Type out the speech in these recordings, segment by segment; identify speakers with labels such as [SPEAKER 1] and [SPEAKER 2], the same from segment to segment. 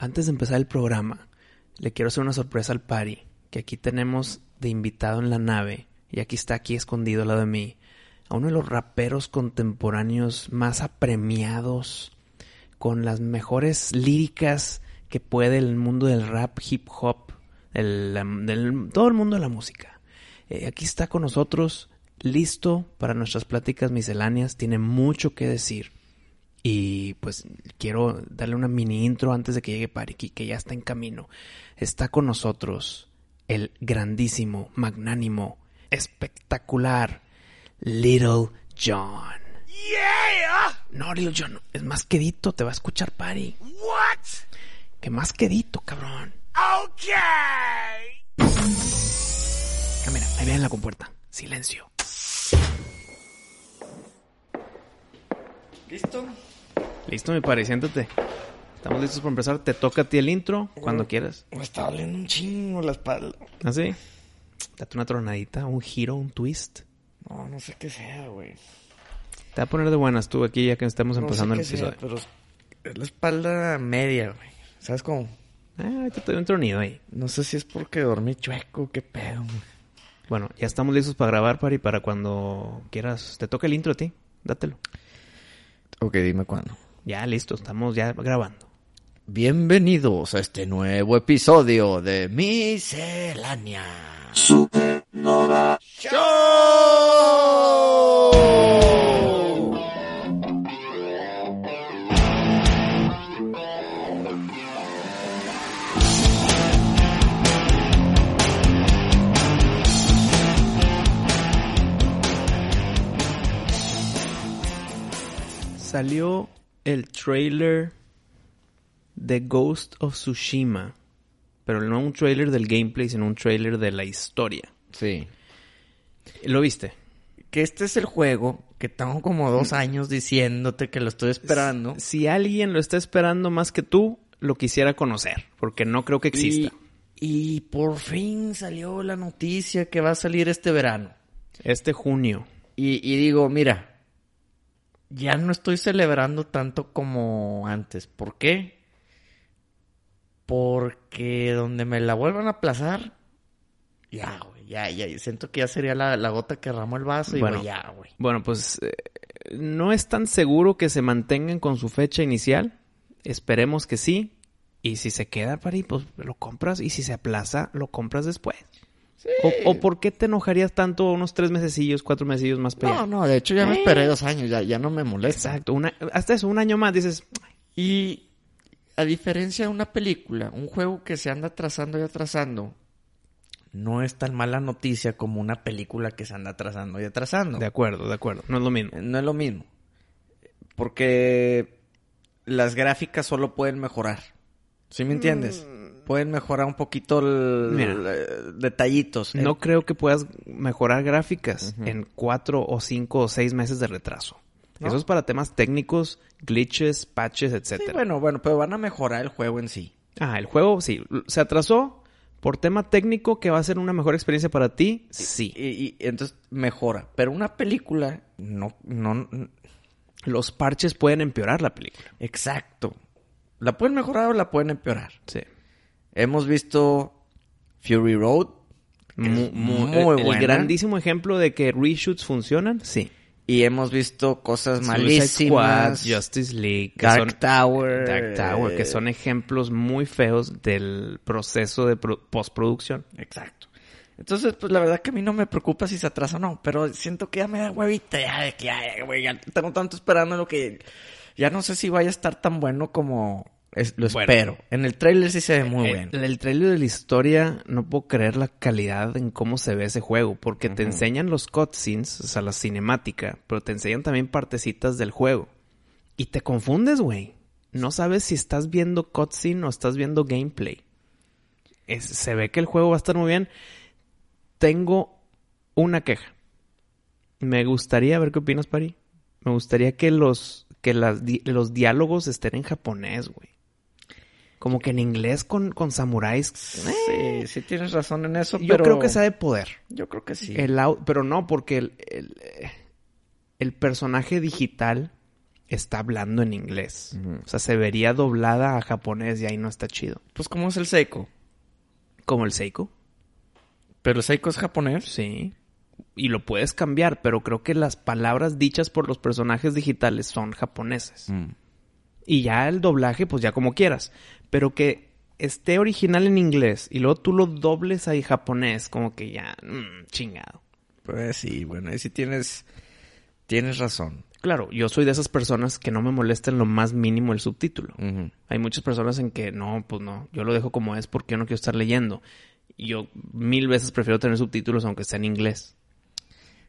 [SPEAKER 1] Antes de empezar el programa, le quiero hacer una sorpresa al pari, que aquí tenemos de invitado en la nave, y aquí está aquí escondido al lado de mí, a uno de los raperos contemporáneos más apremiados, con las mejores líricas que puede el mundo del rap, hip hop, el, del, todo el mundo de la música. Eh, aquí está con nosotros, listo para nuestras pláticas misceláneas, tiene mucho que decir. Y pues quiero darle una mini intro antes de que llegue Pariki, que ya está en camino. Está con nosotros el grandísimo, magnánimo, espectacular Little John.
[SPEAKER 2] Yeah!
[SPEAKER 1] No, Little John, es más quedito, te va a escuchar Pari.
[SPEAKER 2] What?
[SPEAKER 1] Que más quedito, cabrón.
[SPEAKER 2] Okay!
[SPEAKER 1] Ah, mira, ahí viene la compuerta. Silencio.
[SPEAKER 3] ¿Listo?
[SPEAKER 1] Listo, mi Pari, siéntate. Estamos listos para empezar. Te toca a ti el intro cuando quieras.
[SPEAKER 3] Me está doliendo un chingo la espalda.
[SPEAKER 1] ¿Así? Date una tronadita, un giro, un twist.
[SPEAKER 3] No, no sé qué sea, güey.
[SPEAKER 1] Te va a poner de buenas tú aquí ya que estamos
[SPEAKER 3] No sé
[SPEAKER 1] empezando
[SPEAKER 3] qué
[SPEAKER 1] el episodio.
[SPEAKER 3] sea, pero es- es la espalda media, güey. ¿Sabes cómo?
[SPEAKER 1] Ah, ahorita te doy un tronido ahí.
[SPEAKER 3] No sé si es porque dormí chueco, qué pedo, güey.
[SPEAKER 1] Bueno, ya estamos listos para grabar, Pari, para cuando quieras. Te toca el intro a ti. Dátelo.
[SPEAKER 3] Ok, dime cuándo.
[SPEAKER 1] Ya, listo, estamos ya grabando.
[SPEAKER 3] Bienvenidos a este nuevo episodio de Miscelánea.
[SPEAKER 1] Salió el trailer de Ghost of Tsushima. Pero no un trailer del gameplay, sino un trailer de la historia.
[SPEAKER 3] Sí.
[SPEAKER 1] ¿Lo viste?
[SPEAKER 3] Que este es el juego que tengo como dos años diciéndote que lo estoy esperando.
[SPEAKER 1] Si alguien lo está esperando más que tú, lo quisiera conocer. Porque no creo que exista.
[SPEAKER 3] Y, y por fin salió la noticia que va a salir este verano.
[SPEAKER 1] Este junio.
[SPEAKER 3] Y, y digo, mira, ya no estoy celebrando tanto como antes. ¿Por qué? Porque donde me la vuelvan a aplazar, ya, güey, ya, ya. y Siento que ya sería la, la gota que derramó el vaso y
[SPEAKER 1] Bueno.
[SPEAKER 3] digo, ya, güey.
[SPEAKER 1] Bueno, pues eh, no es tan seguro que se mantengan con su fecha inicial. Esperemos que sí. Y si se queda, Pari, pues lo compras. Y si se aplaza, lo compras después. O, o por qué te enojarías tanto unos tres mesecillos, cuatro mesecillos más para
[SPEAKER 3] No,
[SPEAKER 1] allá?
[SPEAKER 3] no, de hecho ya Eh. me esperé dos años, ya, ya no me molesta.
[SPEAKER 1] Exacto. una- hasta eso, un año más, dices,
[SPEAKER 3] Y a diferencia de una película, un juego que se anda trazando y atrasando, no es tan mala noticia como una película que se anda trazando y atrasando. Eh,
[SPEAKER 1] de acuerdo, de acuerdo. No es lo mismo.
[SPEAKER 3] No es lo mismo. Porque las gráficas solo pueden mejorar. ¿Sí me entiendes? Pueden mejorar un poquito el,
[SPEAKER 1] Mm. Mira.
[SPEAKER 3] el- detallitos.
[SPEAKER 1] No
[SPEAKER 3] Eh,
[SPEAKER 1] creo que puedas mejorar gráficas en cuatro o cinco o seis meses de retraso.
[SPEAKER 3] ¿No?
[SPEAKER 1] Eso es para temas técnicos, glitches, patches, etcétera.
[SPEAKER 3] sí, bueno, bueno, pero van a mejorar el juego en sí.
[SPEAKER 1] Ah, el juego sí. L- ¿Se atrasó por tema técnico que va a ser una mejor experiencia para ti? Sí.
[SPEAKER 3] Y, y entonces mejora. Pero una película, no, no,
[SPEAKER 1] Los parches pueden empeorar la película.
[SPEAKER 3] exacto. La pueden mejorar o la pueden empeorar.
[SPEAKER 1] Sí.
[SPEAKER 3] Hemos visto Fury Road. que es
[SPEAKER 1] Mu- mu-
[SPEAKER 3] muy
[SPEAKER 1] el- el,
[SPEAKER 3] buena.
[SPEAKER 1] grandísimo ejemplo de que reshoots funcionan, sí.
[SPEAKER 3] Y hemos visto cosas
[SPEAKER 1] Suicide
[SPEAKER 3] malísimas.
[SPEAKER 1] Squad, Justice League, que
[SPEAKER 3] Dark
[SPEAKER 1] son-
[SPEAKER 3] Tower.
[SPEAKER 1] Dark Tower, que son ejemplos muy feos del proceso de pro- postproducción.
[SPEAKER 3] Exacto. Entonces, pues la verdad que a mí no me preocupa si se atrasa o no, pero siento que ya me da huevita, ya de que ya, güey, ya tengo tanto esperando lo que ya no sé si vaya a estar tan bueno como es- lo
[SPEAKER 1] Bueno. Eh,
[SPEAKER 3] espero. En el tráiler sí se ve muy
[SPEAKER 1] el,
[SPEAKER 3] bueno.
[SPEAKER 1] el trailer de la historia, no puedo creer la calidad en cómo se ve ese juego, porque te enseñan los cutscenes, o sea, la cinemática, pero te enseñan también partecitas del juego. Y te confundes, güey. no sabes si estás viendo cutscene o estás viendo gameplay. Es- se ve que el juego va a estar muy bien. Tengo una queja. Me gustaría, a ver qué opinas, Pari. Me gustaría que los, que las di- los diálogos estén en japonés, güey. Como que en inglés con, con samuráis. Eh,
[SPEAKER 3] Sí, sí tienes razón en eso,
[SPEAKER 1] Yo
[SPEAKER 3] pero...
[SPEAKER 1] creo que sabe poder.
[SPEAKER 3] Yo creo que sí.
[SPEAKER 1] El au- pero no, porque el, el, eh, el personaje digital está hablando en inglés. O sea, se vería doblada a japonés y ahí no está chido.
[SPEAKER 3] Pues, ¿cómo es el Seiko?
[SPEAKER 1] Como el Seiko.
[SPEAKER 3] ¿Pero el Seiko es japonés?
[SPEAKER 1] Sí. Y lo puedes cambiar, pero creo que las palabras dichas por los personajes digitales son japoneses. Y ya el doblaje, pues ya como quieras. Pero que esté original en inglés y luego tú lo dobles ahí japonés, como que ya, mm, chingado.
[SPEAKER 3] Pues sí, bueno, ahí sí tienes... Tienes razón.
[SPEAKER 1] Claro, yo soy de esas personas que no me molesta en lo más mínimo el subtítulo.
[SPEAKER 3] Ujú.
[SPEAKER 1] Hay muchas personas en que no, pues no, yo lo dejo como es porque yo no quiero estar leyendo. Y Yo mil veces prefiero tener subtítulos aunque sea en inglés.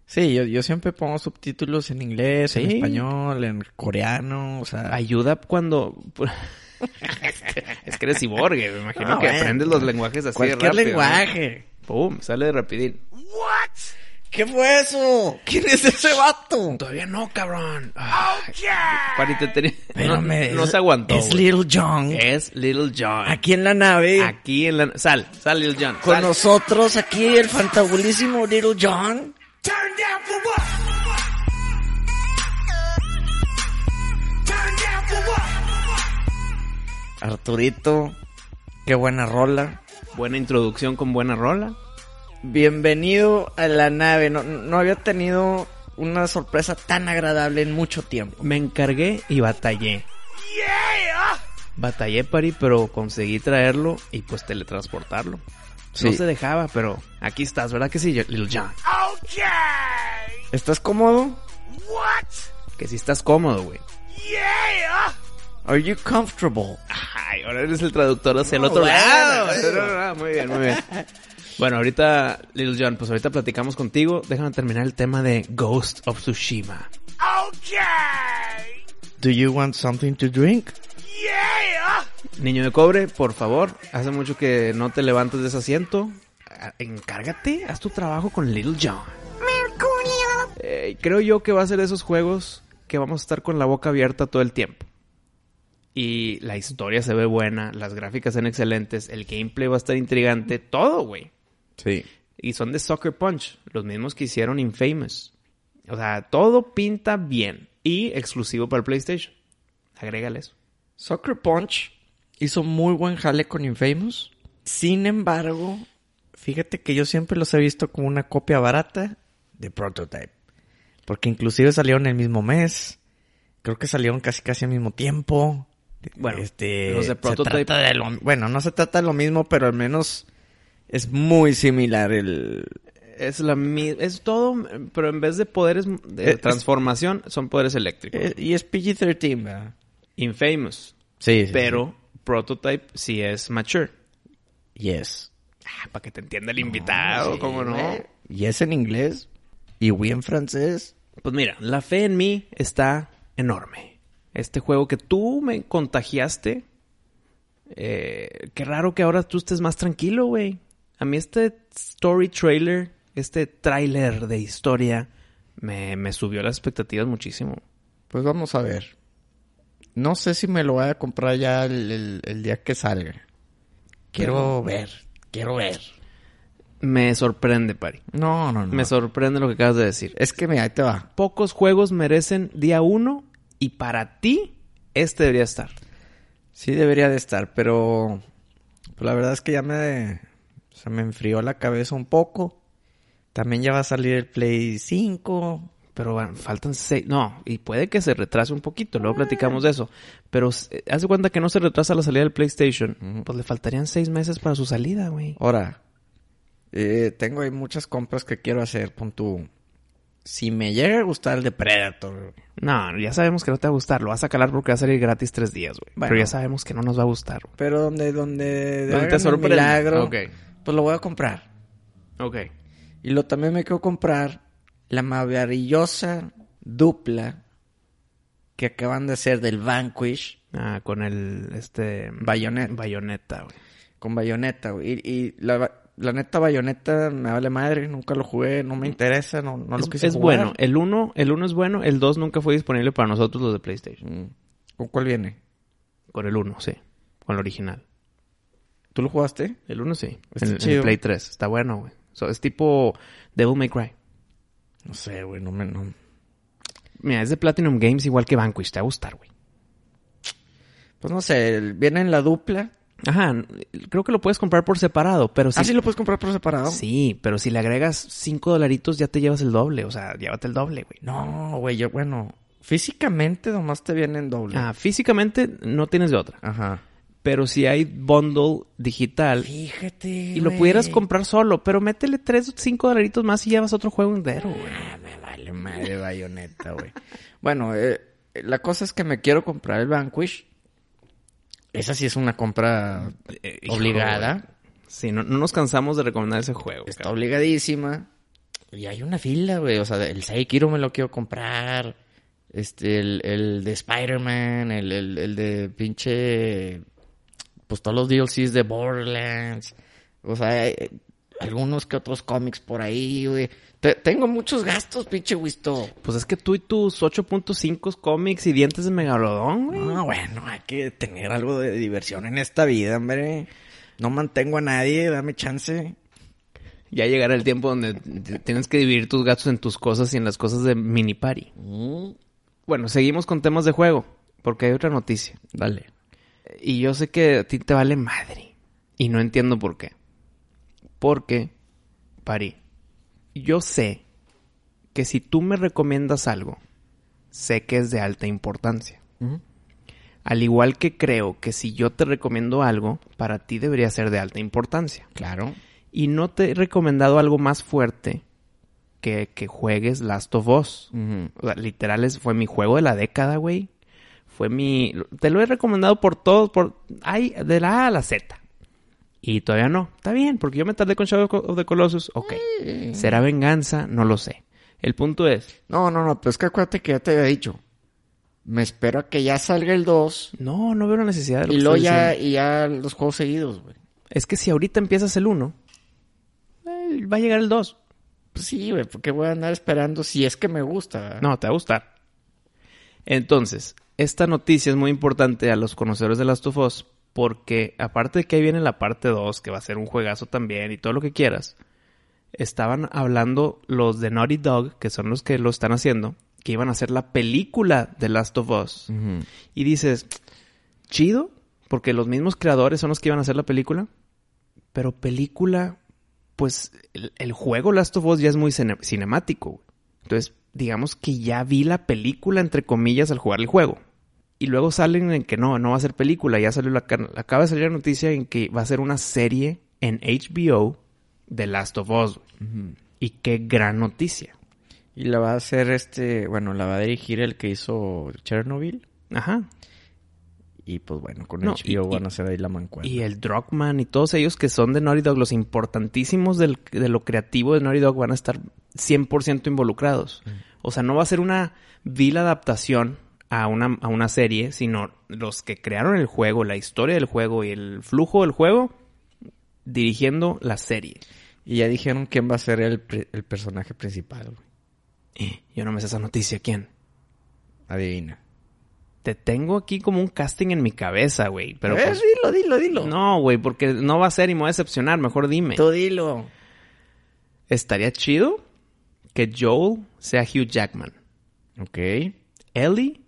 [SPEAKER 3] Sí, yo, yo siempre pongo subtítulos en inglés, en
[SPEAKER 1] Sí.
[SPEAKER 3] español, en coreano, o sea...
[SPEAKER 1] Ayuda cuando... pues, este, es que eres ciborgue, me imagino
[SPEAKER 3] No,
[SPEAKER 1] que
[SPEAKER 3] Ah, bueno.
[SPEAKER 1] aprendes los lenguajes así de
[SPEAKER 3] cualquier
[SPEAKER 1] rápido, ¿no?
[SPEAKER 3] lenguaje.
[SPEAKER 1] Pum, sale de rapidín.
[SPEAKER 2] What?
[SPEAKER 3] ¿Qué fue eso? ¿Quién es ese vato?
[SPEAKER 1] Todavía no, cabrón. Ah,
[SPEAKER 2] Okay.
[SPEAKER 1] Pari, te tenía- no,
[SPEAKER 3] Espérame,
[SPEAKER 1] no
[SPEAKER 3] es-
[SPEAKER 1] se aguantó.
[SPEAKER 3] Es
[SPEAKER 1] güey.
[SPEAKER 3] Little John.
[SPEAKER 1] Es Little John. Aquí,
[SPEAKER 3] Eh, Aquí en la nave.
[SPEAKER 1] en la... Sal, sal Little John.
[SPEAKER 3] Con
[SPEAKER 1] sal.
[SPEAKER 3] nosotros aquí el fantabulísimo Little John.
[SPEAKER 2] Turn down for what? Turn down for what?
[SPEAKER 3] Arturito. Qué buena rola.
[SPEAKER 1] Buena introducción con buena rola.
[SPEAKER 3] Bienvenido a la nave. No, no había tenido una sorpresa tan agradable en mucho tiempo.
[SPEAKER 1] Me encargué y batallé.
[SPEAKER 2] Yeah.
[SPEAKER 1] Batallé, Pari, pero conseguí traerlo y pues teletransportarlo. No
[SPEAKER 3] Sí.
[SPEAKER 1] se dejaba, pero aquí estás, ¿verdad que sí, Lil John?
[SPEAKER 2] Okay.
[SPEAKER 3] ¿Estás cómodo?
[SPEAKER 2] What?
[SPEAKER 1] Que si estás cómodo, güey.
[SPEAKER 2] Yeah.
[SPEAKER 3] Are you comfortable?
[SPEAKER 1] Ay, ahora eres el traductor hacia el otro
[SPEAKER 3] bueno,
[SPEAKER 1] lado.
[SPEAKER 3] bueno.
[SPEAKER 1] No, no, no, muy bien, muy bien. Bueno, ahorita, Lil John, pues ahorita platicamos contigo. Déjame terminar el tema de Ghost of Tsushima.
[SPEAKER 2] Okay.
[SPEAKER 3] Do you want something to drink?
[SPEAKER 2] Yeah.
[SPEAKER 1] Niño de cobre, por favor, hace mucho que no te levantas de ese asiento. Ah, Encárgate, haz tu trabajo con Little John. Mercurio. creo yo que va a ser de esos juegos que vamos a estar con la boca abierta todo el tiempo. Y la historia se ve buena, las gráficas son excelentes, el gameplay va a estar intrigante, todo, güey.
[SPEAKER 3] Sí.
[SPEAKER 1] Y son de Sucker Punch, los mismos que hicieron Infamous. O sea, todo pinta bien y exclusivo para el PlayStation. Agrégale eso.
[SPEAKER 3] Soccer Punch hizo muy buen jale con Infamous. Sin embargo, fíjate que yo siempre los he visto como una copia barata de Prototype. Porque inclusive salieron el mismo mes. Creo que salieron casi casi al mismo tiempo.
[SPEAKER 1] Bueno,
[SPEAKER 3] este,
[SPEAKER 1] los de
[SPEAKER 3] se
[SPEAKER 1] Prototype-
[SPEAKER 3] trata de lo- bueno, no se trata de lo mismo, pero al menos es muy similar el...
[SPEAKER 1] Es la mi- es todo, pero en vez de poderes de
[SPEAKER 3] Eh, Es-
[SPEAKER 1] transformación, son poderes eléctricos.
[SPEAKER 3] eh, Y es PG-13, ¿verdad?
[SPEAKER 1] Infamous.
[SPEAKER 3] Sí,
[SPEAKER 1] Pero Prototype sí es mature.
[SPEAKER 3] Yes.
[SPEAKER 1] para que te entienda el este invitado, ¿cómo no?
[SPEAKER 3] Yes en inglés y we en francés.
[SPEAKER 1] Pues mira, la fe en mí está enorme. Este juego que tú me contagiaste. eh, qué raro que ahora tú estés más tranquilo, güey. A mí este story trailer, este trailer de historia, me, me subió las expectativas muchísimo.
[SPEAKER 3] Pues vamos a ver. No sé si me lo voy a comprar ya el, el- el día que salga. Quiero ver, quiero ver.
[SPEAKER 1] Me sorprende, Pari.
[SPEAKER 3] No, no, no.
[SPEAKER 1] Me sorprende lo que acabas de decir. Eh,
[SPEAKER 3] es que mira, ahí te va.
[SPEAKER 1] Pocos juegos merecen día uno y para ti este debería estar.
[SPEAKER 3] Sí debería de estar, pero pues, la verdad es que ya me se me enfrió la cabeza un poco. También ya va a salir el Play 5.
[SPEAKER 1] Pero bueno, faltan seis. No, y puede que se retrase un poquito.
[SPEAKER 3] Ah.
[SPEAKER 1] Luego platicamos de eso. Pero eh, haz de cuenta que no se retrasa la salida del PlayStation. Pues le faltarían seis meses para su salida, güey.
[SPEAKER 3] Ahora, eh, tengo ahí muchas compras que quiero hacer con tu... Si me llega a gustar el de Predator,
[SPEAKER 1] No, ya sabemos que no te va a gustar. Lo vas a calar porque va a salir gratis tres días, güey.
[SPEAKER 3] Bueno.
[SPEAKER 1] Pero ya sabemos que no nos va a gustar. güey.
[SPEAKER 3] Pero donde, donde,
[SPEAKER 1] Donde te
[SPEAKER 3] hagan el
[SPEAKER 1] sorprenda.
[SPEAKER 3] milagro,
[SPEAKER 1] Ok.
[SPEAKER 3] pues lo voy a comprar.
[SPEAKER 1] Ok.
[SPEAKER 3] Y lo también me quiero comprar la maravillosa dupla que acaban de hacer del Vanquish
[SPEAKER 1] Ah, con el, este...
[SPEAKER 3] Bayonet.
[SPEAKER 1] Bayoneta, güey.
[SPEAKER 3] con Bayonetta, güey. Y, y la, va- la neta, Bayonetta me vale madre, nunca lo jugué, no me interesa, no, no lo
[SPEAKER 1] es
[SPEAKER 3] quise
[SPEAKER 1] es
[SPEAKER 3] jugar.
[SPEAKER 1] bueno. El 1 el uno es bueno. El 2 nunca fue disponible para nosotros los de PlayStation.
[SPEAKER 3] Mm. ¿Con cuál viene?
[SPEAKER 1] Con el 1, sí. Con el original.
[SPEAKER 3] ¿Tú lo jugaste?
[SPEAKER 1] El 1 sí.
[SPEAKER 3] Está
[SPEAKER 1] en, en
[SPEAKER 3] chido.
[SPEAKER 1] Play 3. Está bueno, güey. So, es tipo Devil May Cry.
[SPEAKER 3] No sé, güey, no me... No.
[SPEAKER 1] Mira, es de Platinum Games igual que Vanquish. Te va a gustar, güey.
[SPEAKER 3] Pues no sé, el- viene en la dupla.
[SPEAKER 1] Ajá. n- Creo que lo puedes comprar por separado, pero sí.
[SPEAKER 3] Ah, sí lo puedes comprar por separado.
[SPEAKER 1] Sí, pero si le agregas 5 dolaritos ya te llevas el doble. O sea, llévate el doble, güey.
[SPEAKER 3] No, güey, yo, bueno, físicamente nomás te vienen doble.
[SPEAKER 1] Ah, físicamente no tienes de otra.
[SPEAKER 3] Ajá.
[SPEAKER 1] Pero si hay bundle digital
[SPEAKER 3] Fíjate,
[SPEAKER 1] y lo pudieras comprar solo, pero métele 3 o 5 dolaritos más y llevas otro juego entero, güey.
[SPEAKER 3] Ah, Me vale madre bayoneta, güey. bueno, eh, la cosa es que me quiero comprar el Vanquish. Esa sí es una compra eh,
[SPEAKER 1] hijo,
[SPEAKER 3] obligada.
[SPEAKER 1] Sí, no, no nos cansamos de recomendar ese juego.
[SPEAKER 3] Está
[SPEAKER 1] cabrón.
[SPEAKER 3] obligadísima. Y hay una fila, güey. O sea, el Sekiro me lo quiero comprar. Este, el, el de Spider-Man, el, el- el de pinche. Pues todos los DLCs de Borderlands. O sea, eh, algunos que otros cómics por ahí, güey. Te- tengo muchos gastos, pinche Wisto.
[SPEAKER 1] Pues es que tú y tus 8.5 cómics y dientes de megalodón, güey.
[SPEAKER 3] No, bueno, hay que tener algo de diversión en esta vida, hombre. No mantengo a nadie, dame chance.
[SPEAKER 1] Ya llegará el tiempo donde t- tienes que dividir tus gastos en tus cosas y en las cosas de mini party.
[SPEAKER 3] Mm.
[SPEAKER 1] Bueno, seguimos con temas de juego, porque hay otra noticia.
[SPEAKER 3] Dale.
[SPEAKER 1] Y yo sé que a ti te vale madre. Y no entiendo por qué. Porque, Pari, yo sé que si tú me recomiendas algo, sé que es de alta importancia. Al igual que creo que si yo te recomiendo algo, para ti debería ser de alta importancia.
[SPEAKER 3] Claro.
[SPEAKER 1] Y no te he recomendado algo más fuerte que que juegues Last of Us. O sea, literal, es- fue mi juego de la década, güey. Fue mi... Te lo he recomendado por todos, por... Ay, de la A a la Z. Y todavía no. Está bien, porque yo me tardé con Shadow of the Colossus. Ok.
[SPEAKER 3] Mm.
[SPEAKER 1] ¿Será venganza? No lo sé. El punto es...
[SPEAKER 3] No, no, no, pues que acuérdate que ya te había dicho. Me espero a que ya salga el 2
[SPEAKER 1] No, no veo la necesidad de lo
[SPEAKER 3] y
[SPEAKER 1] que
[SPEAKER 3] luego
[SPEAKER 1] estás
[SPEAKER 3] ya,
[SPEAKER 1] diciendo.
[SPEAKER 3] y ya los juegos seguidos, güey.
[SPEAKER 1] Es que si ahorita empiezas el 1, va a llegar el 2.
[SPEAKER 3] Pues sí, güey, porque voy a andar esperando si es que me gusta. ¿verdad?
[SPEAKER 1] No, te va a gustar. Entonces, esta noticia es muy importante a los conocedores de Last of Us porque aparte de que ahí viene la parte 2, que va a ser un juegazo también y todo lo que quieras, estaban hablando los de Naughty Dog, que son los que lo están haciendo, que iban a hacer la película de Last of Us. Y dices, chido, porque los mismos creadores son los que iban a hacer la película, pero película, pues el, el juego Last of Us ya es muy cine- cinemático. güey. Entonces, digamos que ya vi la película, entre comillas, al jugar el juego. Y luego salen en que no, no va a ser película. Ya salió la, can- acaba de salir la noticia en que va a ser una serie en HBO de Last of Us. güey. Y qué gran noticia.
[SPEAKER 3] Y la va a hacer este, bueno, la va a dirigir el que hizo Chernobyl.
[SPEAKER 1] Ajá.
[SPEAKER 3] Y pues bueno, con
[SPEAKER 1] No,
[SPEAKER 3] HBO
[SPEAKER 1] y-
[SPEAKER 3] van
[SPEAKER 1] y-
[SPEAKER 3] a hacer ahí la mancuerna.
[SPEAKER 1] Y el Druckmann y todos ellos que son de Naughty Dog, los importantísimos del- de lo creativo de Naughty Dog van a estar 100% involucrados. O sea, no va a ser una vil adaptación a una, a una serie, sino los que crearon el juego, la historia del juego y el flujo del juego dirigiendo la serie.
[SPEAKER 3] Y ya dijeron quién va a ser el, pri- el personaje principal, güey.
[SPEAKER 1] Eh, Yo no me sé esa noticia, ¿quién?
[SPEAKER 3] Adivina.
[SPEAKER 1] Te tengo aquí como un casting en mi cabeza, güey. Pero
[SPEAKER 3] Eh,
[SPEAKER 1] pues-
[SPEAKER 3] dilo, dilo, dilo.
[SPEAKER 1] no, güey, porque no va a ser y me voy a decepcionar. Mejor dime.
[SPEAKER 3] Tú dilo.
[SPEAKER 1] Estaría chido que Joel sea Hugh Jackman.
[SPEAKER 3] Ok.
[SPEAKER 1] Ellie,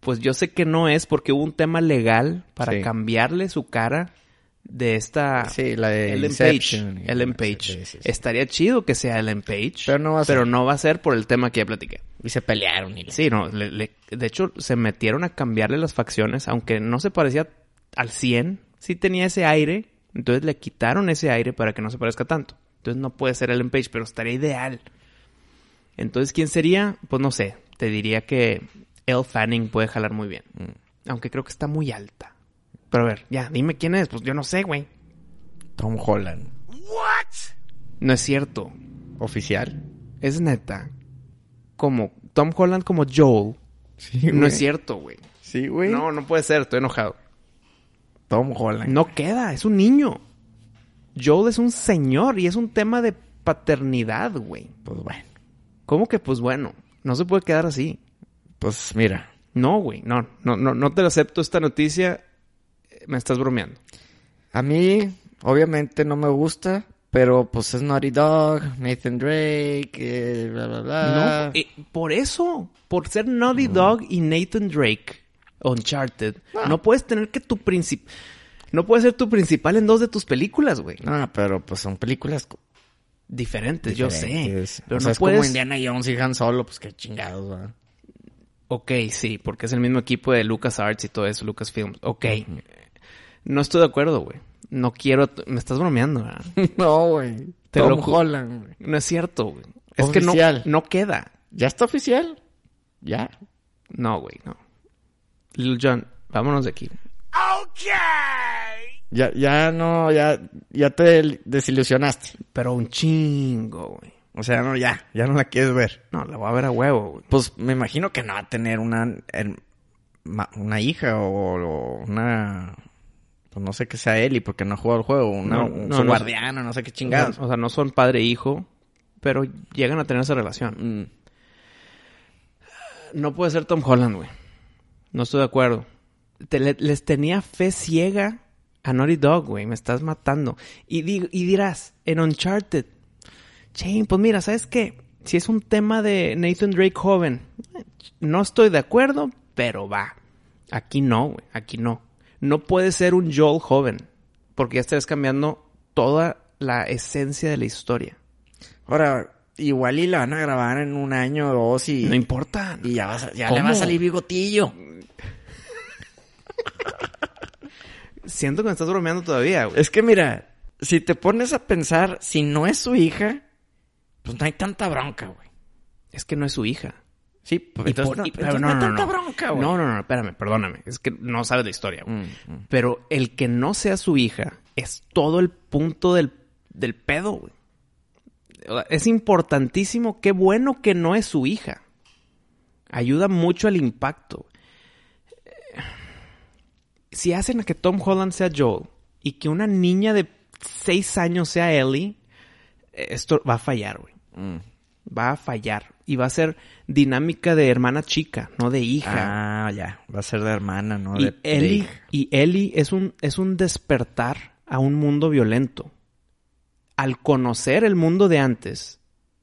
[SPEAKER 1] pues yo sé que no es porque hubo un tema legal para
[SPEAKER 3] Sí.
[SPEAKER 1] cambiarle su cara de esta
[SPEAKER 3] Sí, la de
[SPEAKER 1] Ellen
[SPEAKER 3] Inception.
[SPEAKER 1] Page. Ellen Page.
[SPEAKER 3] Sí, sí, sí.
[SPEAKER 1] Estaría chido que sea Ellen Page,
[SPEAKER 3] Pero no va a ser.
[SPEAKER 1] pero no va a ser por el tema que ya platiqué.
[SPEAKER 3] Y se pelearon y la-
[SPEAKER 1] Sí, no, le- le- de hecho se metieron a cambiarle las facciones, aunque no se parecía al 100, sí tenía ese aire, entonces le quitaron ese aire para que no se parezca tanto. Entonces no puede ser Ellen Page, pero estaría ideal. Entonces, ¿quién sería? Pues no sé, te diría que Elle Fanning puede jalar muy bien,
[SPEAKER 3] Mm.
[SPEAKER 1] aunque creo que está muy alta. Pero a ver, ya, dime quién es, pues yo no sé, güey.
[SPEAKER 3] Tom Holland.
[SPEAKER 2] What?
[SPEAKER 1] No es cierto,
[SPEAKER 3] Oficial.
[SPEAKER 1] es neta. Como Tom Holland como Joel
[SPEAKER 3] Sí,
[SPEAKER 1] No
[SPEAKER 3] güey.
[SPEAKER 1] es cierto, güey.
[SPEAKER 3] Sí, güey.
[SPEAKER 1] No, no puede ser, estoy enojado.
[SPEAKER 3] Tom Holland.
[SPEAKER 1] No queda, es un niño. Joel es un señor y es un tema de paternidad, güey.
[SPEAKER 3] Pues bueno.
[SPEAKER 1] ¿Cómo que pues bueno? No se puede quedar así.
[SPEAKER 3] Pues mira.
[SPEAKER 1] No, güey, no, no, no, no te acepto esta noticia. Eh, Me estás bromeando.
[SPEAKER 3] A mí, obviamente, no me gusta. Pero pues es Naughty Dog, Nathan Drake, eh, bla, bla, bla.
[SPEAKER 1] No, eh, por eso, por ser
[SPEAKER 3] Mm.
[SPEAKER 1] Naughty Dog y Nathan Drake, Uncharted,
[SPEAKER 3] Ah.
[SPEAKER 1] no puedes tener que tu principal... No puede ser tu principal en dos de tus películas, güey.
[SPEAKER 3] No, pero pues son películas co-
[SPEAKER 1] Diferentes, yo
[SPEAKER 3] diferentes.
[SPEAKER 1] sé. Pero
[SPEAKER 3] o sea,
[SPEAKER 1] no
[SPEAKER 3] es
[SPEAKER 1] puedes...
[SPEAKER 3] como Indiana Jones y Han Solo, pues qué chingados, ¿verdad?
[SPEAKER 1] Ok, sí, porque es el mismo equipo de LucasArts y todo eso, Lucasfilms. Ok. No estoy de acuerdo, güey. No quiero... Me estás bromeando, ¿verdad?
[SPEAKER 3] No, güey.
[SPEAKER 1] Te
[SPEAKER 3] Tom
[SPEAKER 1] lo ju-
[SPEAKER 3] Holland, güey.
[SPEAKER 1] No es cierto, güey. Es
[SPEAKER 3] Oficial.
[SPEAKER 1] que no, no queda.
[SPEAKER 3] ¿Ya está oficial? Ya.
[SPEAKER 1] No, güey, no. Lil John, vámonos de aquí.
[SPEAKER 2] Okay.
[SPEAKER 3] Ya, ya no, ya, ya te desilusionaste.
[SPEAKER 1] Pero un chingo, güey.
[SPEAKER 3] O sea, no, ya, ya no la quieres ver.
[SPEAKER 1] No, la voy a ver a huevo, güey.
[SPEAKER 3] Pues me imagino que no va a tener una, her- ma- una hija o, o una, pues no sé qué sea Eli porque no ha jugado el juego, una,
[SPEAKER 1] No,
[SPEAKER 3] un-
[SPEAKER 1] no,
[SPEAKER 3] su
[SPEAKER 1] no.
[SPEAKER 3] guardiana, no sé qué
[SPEAKER 1] O
[SPEAKER 3] chingados.
[SPEAKER 1] sea, o sea, no son padre e hijo, pero llegan a tener esa relación.
[SPEAKER 3] Mm.
[SPEAKER 1] No puede ser Tom Holland, güey. No estoy de acuerdo. Te- le- les tenía fe ciega a Naughty Dog, güey. Me estás matando. Y, di- y dirás, en Uncharted. Che, pues mira, ¿sabes qué? Si es un tema de Nathan Drake joven, eh, no estoy de acuerdo, pero va. Aquí no, güey. Aquí no. No puede ser un Joel joven. Porque ya estás cambiando toda la esencia de la historia.
[SPEAKER 3] Ahora, igual y la van a grabar en un año o dos y,
[SPEAKER 1] No importa.
[SPEAKER 3] y ya, vas a- ya
[SPEAKER 1] ¿Cómo?
[SPEAKER 3] le va a salir bigotillo.
[SPEAKER 1] Siento que me estás bromeando todavía, güey.
[SPEAKER 3] Es que mira, si te pones a pensar, si no es su hija, pues no hay tanta bronca, güey.
[SPEAKER 1] Es que no es su hija.
[SPEAKER 3] Sí, pues
[SPEAKER 1] Y
[SPEAKER 3] entonces,
[SPEAKER 1] por-
[SPEAKER 3] no,
[SPEAKER 1] y- pero
[SPEAKER 3] entonces no,
[SPEAKER 1] no,
[SPEAKER 3] hay
[SPEAKER 1] no,
[SPEAKER 3] tanta
[SPEAKER 1] no.
[SPEAKER 3] bronca, güey.
[SPEAKER 1] No, no, no, espérame, perdóname. Es que no sabes la historia, güey.
[SPEAKER 3] Mm, mm.
[SPEAKER 1] Pero el que no sea su hija es todo el punto del, del pedo, güey. O sea, Es importantísimo. Qué bueno que no es su hija. Ayuda mucho al impacto. Eh, Si hacen a que Tom Holland sea Joel y que una niña de seis años sea Ellie, eh, esto va a fallar, güey va a fallar y va a ser dinámica de hermana chica, no de hija.
[SPEAKER 3] Ah, ya. Va a ser de hermana, ¿no?
[SPEAKER 1] y
[SPEAKER 3] de, de
[SPEAKER 1] Ellie,
[SPEAKER 3] hija.
[SPEAKER 1] y Ellie es un es un despertar a un mundo violento. Al conocer el mundo de antes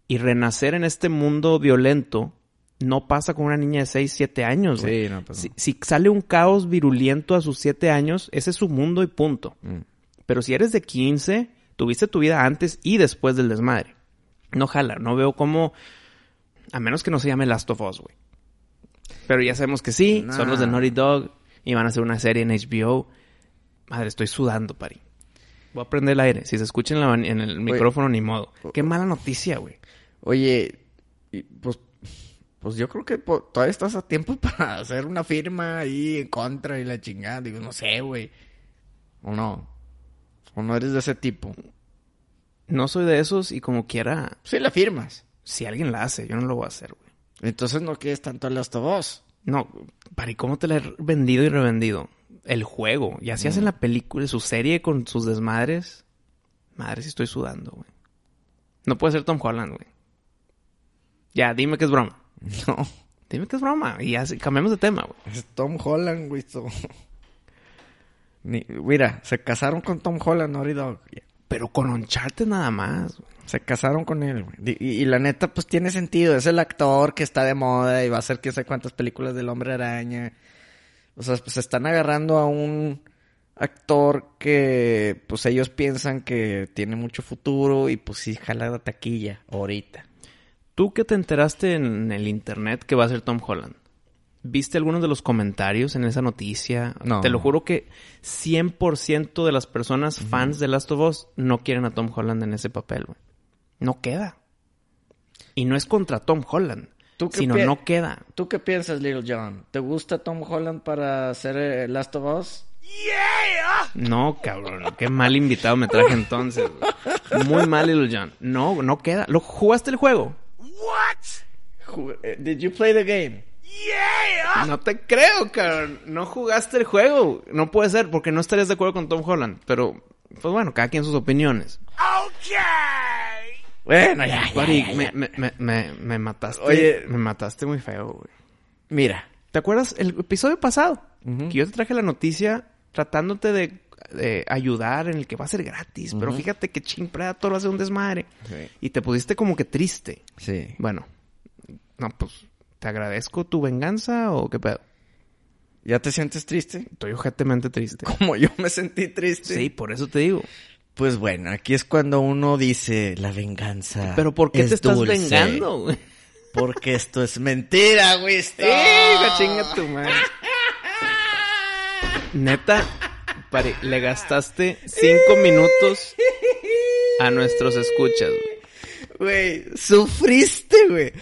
[SPEAKER 1] y renacer en este mundo violento, no pasa con una niña de 6, 7 años. güey.
[SPEAKER 3] Sí, no, pues
[SPEAKER 1] si, si sale un caos virulento a sus 7 años, ese es su mundo y punto.
[SPEAKER 3] no. Mm.
[SPEAKER 1] Pero si eres de 15, tuviste tu vida antes y después del desmadre. No jala, no veo cómo. A menos que no se llame Last of Us, güey. Pero ya sabemos que sí,
[SPEAKER 3] Nah.
[SPEAKER 1] son los de Naughty Dog y van a hacer una serie en HBO. Madre, estoy sudando, pari. Voy a prender el aire. Si se escucha en, la ban- en el micrófono, ni modo. Qué mala noticia, güey.
[SPEAKER 3] Oye, y, pues, pues yo creo que po- todavía estás a tiempo para hacer una firma ahí en contra y la chingada. Digo, no sé, güey. O no. O no eres de ese tipo.
[SPEAKER 1] No soy de esos y como quiera,
[SPEAKER 3] Sí, la firmas.
[SPEAKER 1] si alguien la hace, yo no lo voy a hacer, güey.
[SPEAKER 3] Entonces no quieres tanto el Last of Us.
[SPEAKER 1] No, pari, ¿cómo te la he vendido y revendido? El juego. Y así hacen la película, su serie con sus desmadres. Madre, si estoy sudando, güey. No puede ser Tom Holland, güey. Ya, dime que es broma.
[SPEAKER 3] No.
[SPEAKER 1] Dime que es broma. Y ya, sí, cambiemos de tema, güey.
[SPEAKER 3] Es Tom Holland, güey. so- Ni- mira, se casaron con Tom Holland, Naughty Dog.
[SPEAKER 1] Pero con Uncharted nada más, güey.
[SPEAKER 3] Se casaron con él, güey. Di- Y, y la neta, pues tiene sentido. Es el actor que está de moda y va a hacer que sé cuántas películas del Hombre Araña. O sea, pues están agarrando a un actor que, pues ellos piensan que tiene mucho futuro y pues sí, jala la taquilla ahorita.
[SPEAKER 1] Tú que te enteraste en el internet que va a ser Tom Holland. ¿Viste algunos de los comentarios en esa noticia?
[SPEAKER 3] No.
[SPEAKER 1] Te lo juro que 100% de las personas fans de Last of Us no quieren a Tom Holland en ese papel, güey. No queda. Y no es contra Tom Holland,
[SPEAKER 3] ¿Tú qué
[SPEAKER 1] sino
[SPEAKER 3] pi-
[SPEAKER 1] no queda.
[SPEAKER 3] ¿Tú qué piensas, Little John? ¿Te gusta Tom Holland para hacer eh, Last of Us?
[SPEAKER 2] Yeah.
[SPEAKER 1] No, cabrón, qué mal invitado me traje entonces. güey. Muy mal, Little John. No, no queda. ¿Lo jugaste el juego?
[SPEAKER 2] What?
[SPEAKER 3] Ju- eh, Did you play the game?
[SPEAKER 2] Yeah!
[SPEAKER 1] No te creo, cabrón. No jugaste el juego. No puede ser, porque no estarías de acuerdo con Tom Holland. Pero, pues bueno, cada quien sus opiniones.
[SPEAKER 2] Okay!
[SPEAKER 3] Bueno, ya, ya,
[SPEAKER 1] Buddy,
[SPEAKER 3] ya, ya.
[SPEAKER 1] me, me- me- me- me mataste.
[SPEAKER 3] Oye.
[SPEAKER 1] me mataste muy feo, güey.
[SPEAKER 3] Mira,
[SPEAKER 1] ¿Te acuerdas el episodio pasado? Que yo te traje la noticia tratándote de, de ayudar en el que va a ser gratis. Pero fíjate que Ching todo lo hace un desmadre.
[SPEAKER 3] Sí.
[SPEAKER 1] Y te pusiste como que triste.
[SPEAKER 3] sí.
[SPEAKER 1] Bueno, no, pues, ¿te agradezco tu venganza o qué pedo?
[SPEAKER 3] ¿Ya te sientes triste?
[SPEAKER 1] Estoy ojetemente triste.
[SPEAKER 3] Como yo me sentí triste.
[SPEAKER 1] Sí, por eso te digo.
[SPEAKER 3] Pues bueno, aquí es cuando uno dice la venganza.
[SPEAKER 1] Ah, Pero ¿por qué
[SPEAKER 3] es
[SPEAKER 1] te estás
[SPEAKER 3] dulce".
[SPEAKER 1] vengando, güey?
[SPEAKER 3] Porque esto es mentira, güey.
[SPEAKER 1] ¡Hija, chinga tu madre! Neta, pare, le gastaste cinco minutos a nuestros escuchas, güey.
[SPEAKER 3] Güey, sufriste, güey.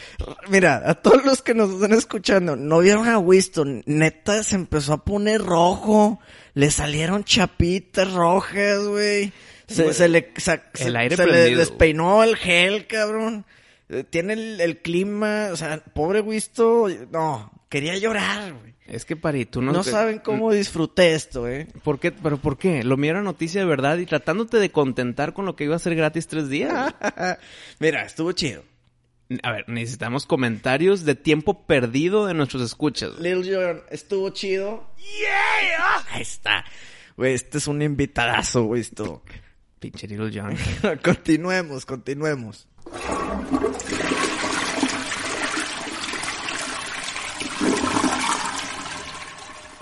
[SPEAKER 3] Mira, a todos los que nos están escuchando, no vieron a Winston. Neta, se empezó a poner rojo. Le salieron chapitas rojas, güey. Se, se le, sa- se-
[SPEAKER 1] El aire
[SPEAKER 3] se le
[SPEAKER 1] prendido.
[SPEAKER 3] despeinó el gel, cabrón. Eh, Tiene el, el clima, o sea, pobre Winston. No, quería llorar, güey.
[SPEAKER 1] Es que, pare, tú no...
[SPEAKER 3] No saben cómo disfruté esto, eh.
[SPEAKER 1] ¿Por qué? ¿Pero por qué? Lo mío era noticia de verdad y tratándote de contentar con lo que iba a ser gratis tres días.
[SPEAKER 3] Mira, estuvo chido.
[SPEAKER 1] A ver, necesitamos comentarios de tiempo perdido de nuestros escuchas. güey.
[SPEAKER 3] Lil Jon, estuvo chido.
[SPEAKER 2] Yeah!
[SPEAKER 3] Ahí está. Güey, este es un invitadazo, güey, esto.
[SPEAKER 1] Pinche Little John.
[SPEAKER 3] continuemos, continuemos.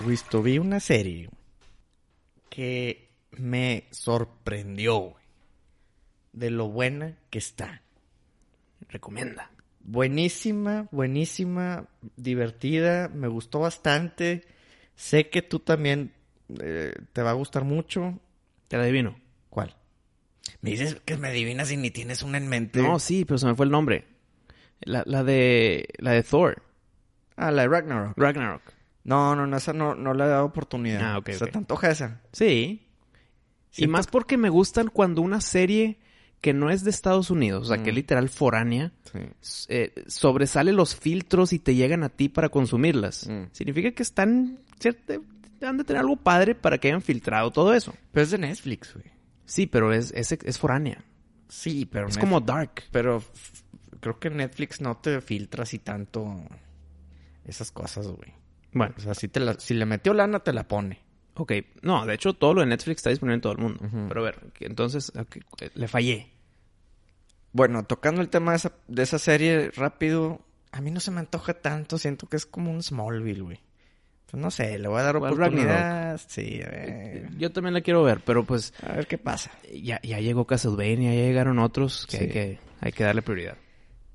[SPEAKER 3] Listo, vi una serie que me sorprendió, güey. De lo buena que está.
[SPEAKER 1] Recomienda.
[SPEAKER 3] Buenísima, buenísima, divertida, me gustó bastante. Sé que tú también eh, te va a gustar mucho.
[SPEAKER 1] Te la adivino.
[SPEAKER 3] ¿Cuál? Me dices que me adivinas y ni tienes una en mente.
[SPEAKER 1] No, sí, pero se me fue el nombre. La, la de... La de Thor.
[SPEAKER 3] Ah, la de Ragnarok.
[SPEAKER 1] Ragnarok.
[SPEAKER 3] No, no, no, esa no, no le he dado oportunidad.
[SPEAKER 1] Ah, ok,
[SPEAKER 3] O sea,
[SPEAKER 1] ok.
[SPEAKER 3] te antoja esa.
[SPEAKER 1] Sí. Y
[SPEAKER 3] Siento-
[SPEAKER 1] más porque me gustan cuando una serie que no es de Estados Unidos, o sea, que
[SPEAKER 3] Mm.
[SPEAKER 1] es literal foránea, s- eh, sobresale los filtros y te llegan a ti para consumirlas.
[SPEAKER 3] Mm.
[SPEAKER 1] Significa que están, cierto, han de tener algo padre para que hayan filtrado todo eso.
[SPEAKER 3] Pero es de Netflix, güey.
[SPEAKER 1] Sí, pero es, es, es foránea.
[SPEAKER 3] Sí, pero
[SPEAKER 1] Es
[SPEAKER 3] Netflix-
[SPEAKER 1] como dark.
[SPEAKER 3] Pero f- creo que Netflix no te filtra así tanto esas cosas, güey.
[SPEAKER 1] Bueno,
[SPEAKER 3] O sea, si, te la- si le metió lana, te la pone.
[SPEAKER 1] ok. No, de hecho, todo lo de Netflix está disponible en todo el mundo. Pero a ver, que- entonces, ok, eh, le fallé.
[SPEAKER 3] Bueno, tocando el tema de esa, de esa serie rápido, a mí no se me antoja tanto. Siento que es como un Smallville, güey. Pues no sé, le voy a dar
[SPEAKER 1] Igual Ragnarok.
[SPEAKER 3] oportunidad. Sí, a ver.
[SPEAKER 1] Yo también la quiero ver, pero pues
[SPEAKER 3] A ver qué pasa.
[SPEAKER 1] ya, ya llegó Castlevania, ya llegaron otros que, hay
[SPEAKER 3] Sí.
[SPEAKER 1] que hay que darle prioridad.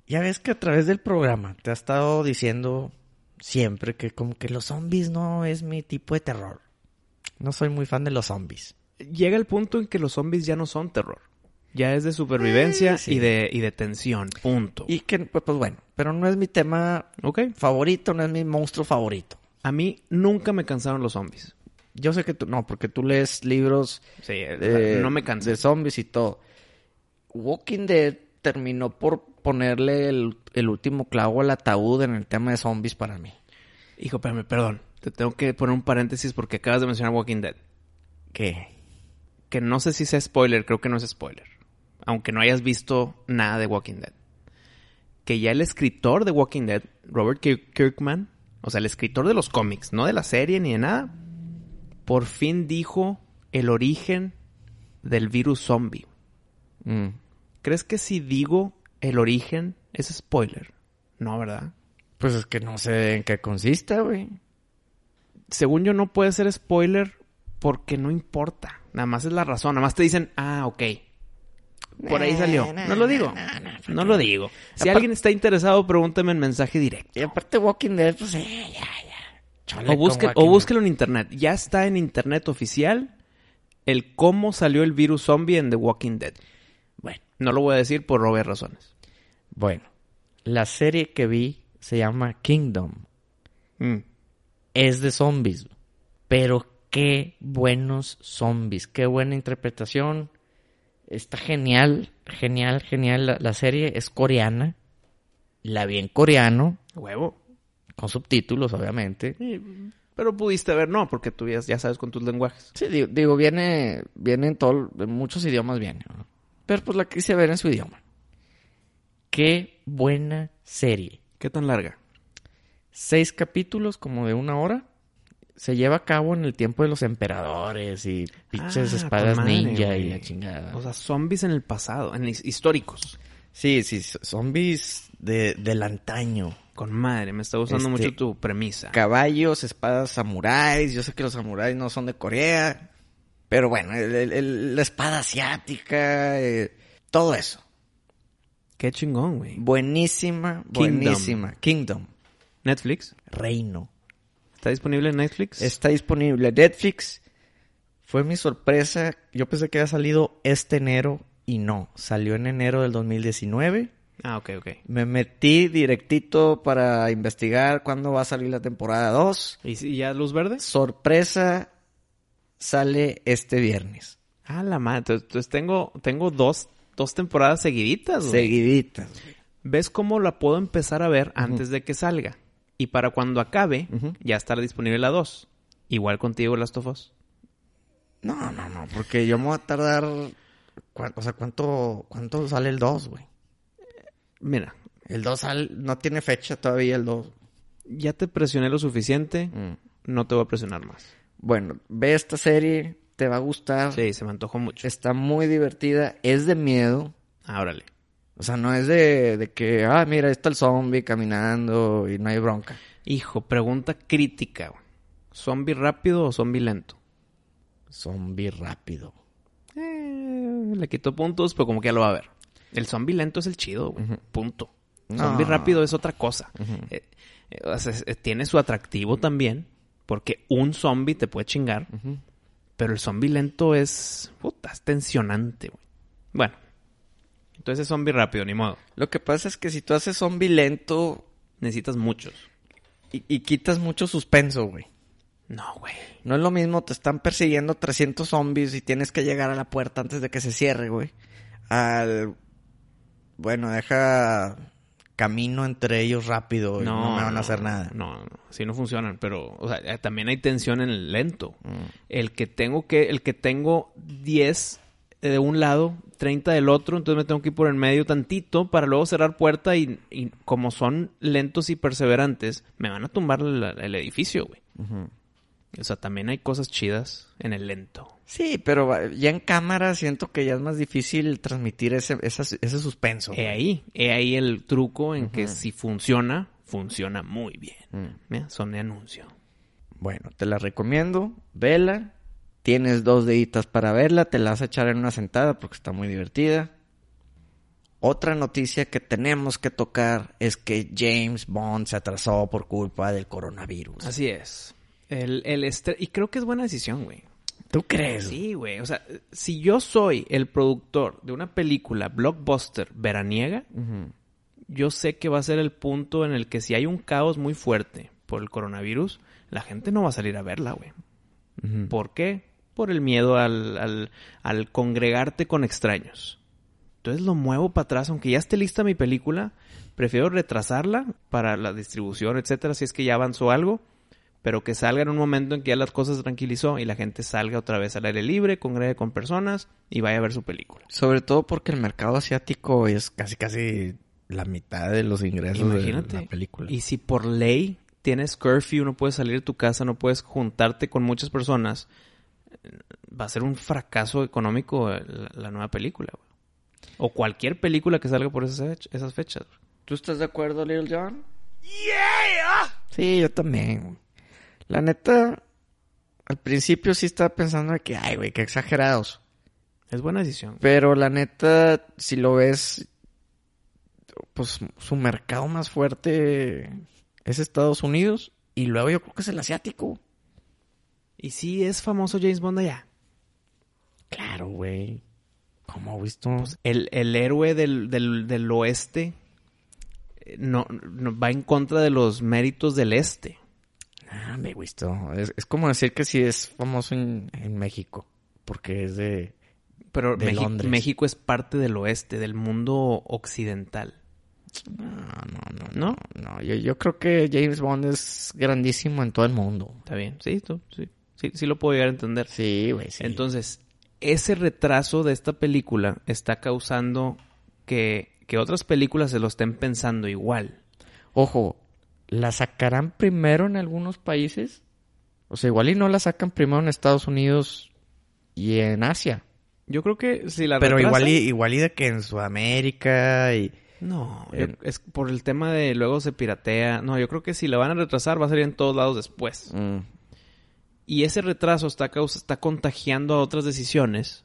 [SPEAKER 3] Ya ves que a través del programa te ha estado diciendo siempre que como que los zombies no es mi tipo de terror. No soy muy fan de los zombies.
[SPEAKER 1] Llega el punto en que los zombies ya no son terror. Ya es de supervivencia
[SPEAKER 3] Eh, sí.
[SPEAKER 1] y, de, y de tensión. Punto.
[SPEAKER 3] Y que, pues, pues bueno, pero no es mi tema
[SPEAKER 1] Ok.
[SPEAKER 3] favorito, no es mi monstruo favorito.
[SPEAKER 1] A mí nunca me cansaron los zombies.
[SPEAKER 3] Yo sé que tú, no, porque tú lees libros
[SPEAKER 1] Sí,
[SPEAKER 3] de-
[SPEAKER 1] no me cansé.
[SPEAKER 3] de zombies y todo. Walking Dead terminó por ponerle el, el último clavo al ataúd en el tema de zombies para mí.
[SPEAKER 1] Hijo, espérame, perdón. Te tengo que poner un paréntesis porque acabas de mencionar Walking Dead.
[SPEAKER 3] ¿Qué?
[SPEAKER 1] Que no sé si sea spoiler, creo que no es spoiler. Aunque no hayas visto nada de Walking Dead. Que ya el escritor de Walking Dead, Robert Kirk- Kirkman, o sea, el escritor de los cómics, no de la serie ni de nada, por fin dijo el origen del virus zombie.
[SPEAKER 3] Mm.
[SPEAKER 1] ¿Crees que si digo el origen es spoiler? No, ¿verdad?
[SPEAKER 3] Pues es que no sé en qué consiste, güey.
[SPEAKER 1] Según yo no puede ser spoiler porque no importa. Nada más es la razón. Nada más te dicen, ah, ok. Por ahí salió. No lo digo. No lo digo. Si
[SPEAKER 3] Apar-
[SPEAKER 1] alguien está interesado, pregúntame en mensaje directo.
[SPEAKER 3] Y aparte Walking Dead, pues eh, ya, ya. Chole
[SPEAKER 1] O,
[SPEAKER 3] con
[SPEAKER 1] busque-
[SPEAKER 3] Walking
[SPEAKER 1] o
[SPEAKER 3] Dead.
[SPEAKER 1] búsquelo en internet. Ya está en internet oficial el cómo salió el virus zombie en The Walking Dead.
[SPEAKER 3] Bueno,
[SPEAKER 1] No lo voy a decir por obvias razones.
[SPEAKER 3] bueno. La serie que vi se llama Kingdom.
[SPEAKER 1] Mm.
[SPEAKER 3] Es de zombies. Pero qué buenos zombies. Qué buena interpretación. Está genial, genial, genial. La, la serie es coreana. La vi en coreano.
[SPEAKER 1] Huevo.
[SPEAKER 3] Con subtítulos, obviamente.
[SPEAKER 1] Sí, Pero pudiste ver, no, porque tú ya, ya sabes con tus lenguajes.
[SPEAKER 3] Sí, digo, digo, viene, viene en todo, en muchos idiomas viene. ¿no? Pero pues la quise ver en su idioma. Qué buena serie.
[SPEAKER 1] ¿Qué tan larga?
[SPEAKER 3] Seis capítulos, como de una hora. Se lleva a cabo en el tiempo de los emperadores y pinches
[SPEAKER 1] Ah,
[SPEAKER 3] espadas
[SPEAKER 1] con madre,
[SPEAKER 3] ninja y
[SPEAKER 1] güey.
[SPEAKER 3] la chingada.
[SPEAKER 1] O sea, zombies en el pasado, en his- históricos.
[SPEAKER 3] sí, sí, zombies de, del antaño.
[SPEAKER 1] Con madre, me está gustando
[SPEAKER 3] Este-
[SPEAKER 1] mucho tu premisa.
[SPEAKER 3] caballos, espadas samuráis. Yo sé que los samuráis no son de Corea, pero bueno, el- el- el- la espada asiática, eh, todo eso.
[SPEAKER 1] Qué chingón, güey.
[SPEAKER 3] Buenísima,
[SPEAKER 1] Kingdom.
[SPEAKER 3] buenísima. Kingdom,
[SPEAKER 1] Netflix.
[SPEAKER 3] reino.
[SPEAKER 1] ¿Está disponible en Netflix?
[SPEAKER 3] Está disponible en Netflix. Fue mi sorpresa. Yo pensé que había salido este enero y no. Salió en enero del 2019.
[SPEAKER 1] Ah, ok, ok.
[SPEAKER 3] Me metí directito para investigar cuándo va a salir la temporada 2.
[SPEAKER 1] ¿Y si- ya luz verde?
[SPEAKER 3] Sorpresa, sale este viernes.
[SPEAKER 1] Ah, la madre. Entonces- Entonces tengo, tengo dos, dos temporadas seguiditas, güey.
[SPEAKER 3] Seguiditas.
[SPEAKER 1] ¿Ves cómo la puedo empezar a ver antes de que salga? Y para cuando acabe, ya estará disponible la 2. Igual contigo, Last of Us.
[SPEAKER 3] No, no, no, porque yo me voy a tardar. cua- O sea, ¿cuánto, cuánto sale el 2, güey?
[SPEAKER 1] Mira,
[SPEAKER 3] El 2 sale, no tiene fecha todavía el 2.
[SPEAKER 1] ya te presioné lo suficiente,
[SPEAKER 3] Mm.
[SPEAKER 1] no te voy a presionar más.
[SPEAKER 3] Bueno, ve esta serie, te va a gustar.
[SPEAKER 1] Sí, se me antojó mucho.
[SPEAKER 3] Está muy divertida, es de miedo.
[SPEAKER 1] Ah, órale.
[SPEAKER 3] O sea, no es de, de que, ah, mira, ahí está el zombie caminando y no hay bronca.
[SPEAKER 1] Hijo, pregunta crítica. güey. ¿Zombie rápido o zombie lento?
[SPEAKER 3] Zombie rápido.
[SPEAKER 1] Eh, le quito puntos, pero como que ya lo va a ver. El zombie lento es el chido, güey. Punto.
[SPEAKER 3] No.
[SPEAKER 1] Zombie rápido es otra cosa. Eh, eh, o sea, es- eh, tiene su atractivo también, porque un zombie te puede chingar. Pero el zombie lento es... Puta, es tensionante, güey. Bueno. Entonces es zombie rápido, ni modo.
[SPEAKER 3] Lo que pasa es que si tú haces zombie lento
[SPEAKER 1] Necesitas muchos.
[SPEAKER 3] y, y quitas mucho suspenso, güey.
[SPEAKER 1] No, güey.
[SPEAKER 3] No es lo mismo, te están persiguiendo 300 zombies y tienes que llegar a la puerta antes de que se cierre, güey. Al... Bueno, deja camino entre ellos rápido y no, me van a hacer nada.
[SPEAKER 1] No, no, así no funcionan, pero o sea, eh, también hay tensión en el lento.
[SPEAKER 3] Mm,
[SPEAKER 1] El que tengo que el que tengo 10 de un lado, 30 del otro, entonces me tengo que ir por el medio tantito para luego cerrar puerta y, y como son lentos y perseverantes, me van a tumbar la- el edificio, güey. O sea, también hay cosas chidas en el lento.
[SPEAKER 3] Sí, pero va- ya en cámara siento que ya es más difícil transmitir ese, esa- ese suspenso.
[SPEAKER 1] He ahí, he ahí el truco en que si funciona, funciona muy bien. Mira, son de anuncio.
[SPEAKER 3] Mm. Bueno, te la recomiendo, vela. Tienes dos deditas para verla, te la vas a echar en una sentada porque está muy divertida. Otra noticia que tenemos que tocar es que James Bond se atrasó por culpa del coronavirus.
[SPEAKER 1] Así es. El, el estre- y creo que es buena decisión, güey.
[SPEAKER 3] ¿Tú crees?
[SPEAKER 1] Sí, güey. O sea, si yo soy el productor de una película blockbuster veraniega, yo sé que va a ser el punto en el que si hay un caos muy fuerte por el coronavirus, la gente no va a salir a verla, güey. ¿Por qué? Por el miedo al, al- al congregarte con extraños. Entonces lo muevo para atrás, aunque ya esté lista mi película, prefiero retrasarla para la distribución, etcétera, si es que ya avanzó algo, pero que salga en un momento en que ya las cosas se tranquilizó y la gente salga otra vez al aire libre, congregue con personas y vaya a ver su película.
[SPEAKER 3] Sobre todo porque el mercado asiático es casi casi la mitad de los ingresos
[SPEAKER 1] Imagínate.
[SPEAKER 3] de la película.
[SPEAKER 1] Y si por ley tienes curfew, no puedes salir de tu casa, no puedes juntarte con muchas personas, eh, va a ser un fracaso económico eh, la, la nueva película. güey. O cualquier película que salga por esas, fech- esas fechas. güey.
[SPEAKER 3] ¿Tú estás de acuerdo, Little John?
[SPEAKER 2] Yeah!
[SPEAKER 3] Sí, yo también. güey. La neta, al principio sí estaba pensando de que, ay, güey, qué exagerados.
[SPEAKER 1] Es buena decisión.
[SPEAKER 3] Pero la neta, si lo ves, pues su mercado más fuerte es Estados Unidos. Y luego yo creo que es el asiático.
[SPEAKER 1] Y sí es famoso James Bond allá.
[SPEAKER 3] Claro, güey. ¿Cómo Pues, visto?
[SPEAKER 1] El, el héroe del, del- del oeste eh, no, no- va en contra de los méritos del este.
[SPEAKER 3] Ah, me visto. Es, es como decir que sí es famoso en, en México. Porque es de...
[SPEAKER 1] Pero
[SPEAKER 3] De
[SPEAKER 1] Mexi-
[SPEAKER 3] Londres.
[SPEAKER 1] México es parte del oeste, del mundo occidental.
[SPEAKER 3] No, no, no,
[SPEAKER 1] ¿No?
[SPEAKER 4] No, yo, yo creo que James Bond es grandísimo en todo el mundo.
[SPEAKER 1] Está bien. Sí, tú, sí. Sí, sí lo puedo llegar a entender.
[SPEAKER 4] Sí, güey, sí.
[SPEAKER 1] Entonces, ese retraso de esta película está causando que, que otras películas se lo estén pensando igual.
[SPEAKER 4] Ojo, ¿la sacarán primero en algunos países? O sea, igual y no la sacan primero en Estados Unidos y en Asia.
[SPEAKER 1] Yo creo que si la
[SPEAKER 3] Pero igual
[SPEAKER 1] retrasan-
[SPEAKER 3] y, igual y de que en Sudamérica y...
[SPEAKER 1] No, yo-
[SPEAKER 3] Eh.
[SPEAKER 4] En-
[SPEAKER 1] es por el tema de luego se piratea. No, yo creo que si la van a retrasar va a salir en todos lados después.
[SPEAKER 3] Mm.
[SPEAKER 4] Mm,
[SPEAKER 1] Y ese retraso está, causa, está contagiando a otras decisiones.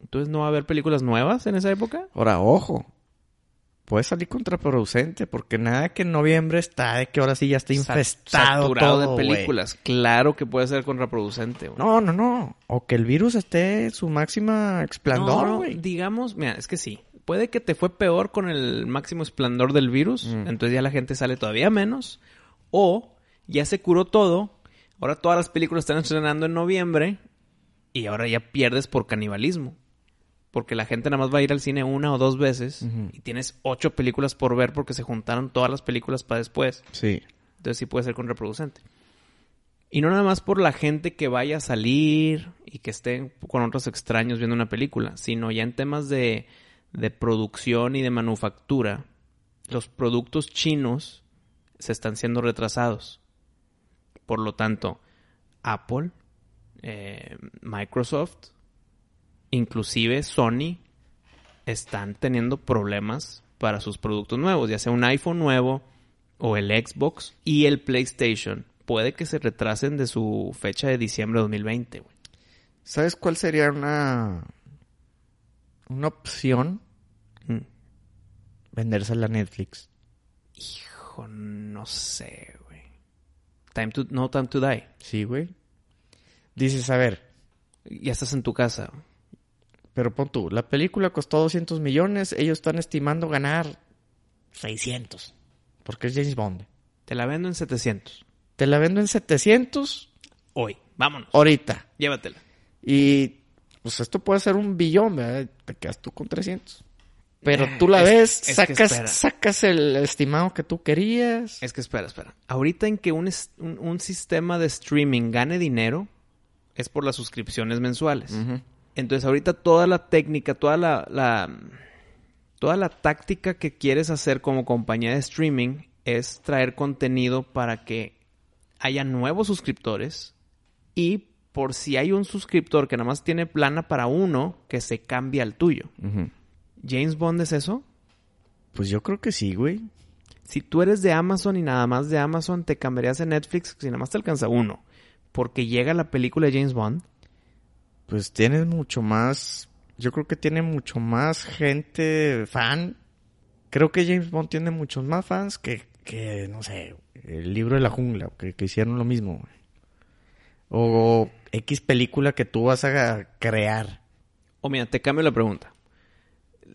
[SPEAKER 1] Entonces, ¿no va a haber películas nuevas en esa época?
[SPEAKER 4] Ahora, ojo.
[SPEAKER 3] Puede salir contraproducente porque nada que en noviembre está de que ahora sí ya está infestado
[SPEAKER 1] Saturado
[SPEAKER 3] todo,
[SPEAKER 1] de
[SPEAKER 3] güey.
[SPEAKER 1] películas. Claro que puede ser contraproducente. güey.
[SPEAKER 3] No, no, no. O que el virus esté en su máxima esplendor,
[SPEAKER 1] No,
[SPEAKER 3] güey.
[SPEAKER 1] digamos, mira, es que sí. Puede que te fue peor con el máximo esplendor del virus, entonces ya la gente sale todavía menos. O ya se curó todo, ahora todas las películas están estrenando en noviembre y ahora ya pierdes por canibalismo. Porque la gente nada más va a ir al cine una o dos veces y tienes ocho películas por ver porque se juntaron todas las películas para después.
[SPEAKER 3] Sí.
[SPEAKER 1] Entonces sí puede ser contraproducente. Y no nada más por la gente que vaya a salir y que esté con otros extraños viendo una película, sino ya en temas de, de producción y de manufactura, los productos chinos se están siendo retrasados. Por lo tanto, Apple, eh, Microsoft, inclusive Sony, están teniendo problemas para sus productos nuevos, ya sea un iPhone nuevo o el Xbox y el PlayStation. Puede que se retrasen de su fecha de diciembre de 2020, güey.
[SPEAKER 4] ¿Sabes cuál sería una... una opción?
[SPEAKER 1] Mm.
[SPEAKER 3] Vendérsela a Netflix.
[SPEAKER 1] Hijo, no sé, güey. Time to, no time to die.
[SPEAKER 3] Sí, güey. Dices, a ver,
[SPEAKER 1] Ya estás en tu casa.
[SPEAKER 3] pero pon tú, la película costó 200 millones, ellos están estimando ganar 600. Porque es James Bond.
[SPEAKER 1] Te la vendo en 700.
[SPEAKER 3] Te la vendo en 700
[SPEAKER 1] Hoy. Vámonos.
[SPEAKER 3] ahorita.
[SPEAKER 1] Llévatela.
[SPEAKER 3] Y pues esto puede ser un billón, ¿verdad? Te quedas tú con 300. Pero tú la
[SPEAKER 1] Es-
[SPEAKER 3] ves,
[SPEAKER 1] es que espera.
[SPEAKER 3] sacas, sacas el estimado que tú querías.
[SPEAKER 1] Es que espera, espera. Ahorita en que un, es- un- un sistema de streaming gane dinero es por las suscripciones mensuales. Entonces ahorita toda la técnica, toda la, la- toda la táctica que quieres hacer como compañía de streaming es traer contenido para que haya nuevos suscriptores y por si hay un suscriptor que nada más tiene plana para uno, que se cambie al tuyo. ¿James Bond es eso?
[SPEAKER 3] Pues yo creo que sí, güey.
[SPEAKER 1] Si tú eres de Amazon y nada más de Amazon, te cambiarías a Netflix si nada más te alcanza uno. Porque llega la película de James Bond.
[SPEAKER 3] Pues tienes mucho más. Yo creo que tiene mucho más gente fan. Creo que James Bond tiene muchos más fans que, que no sé, el libro de la jungla, que, que hicieron lo mismo. güey. O X película que tú vas a crear.
[SPEAKER 1] O Oh, mira, te cambio la pregunta.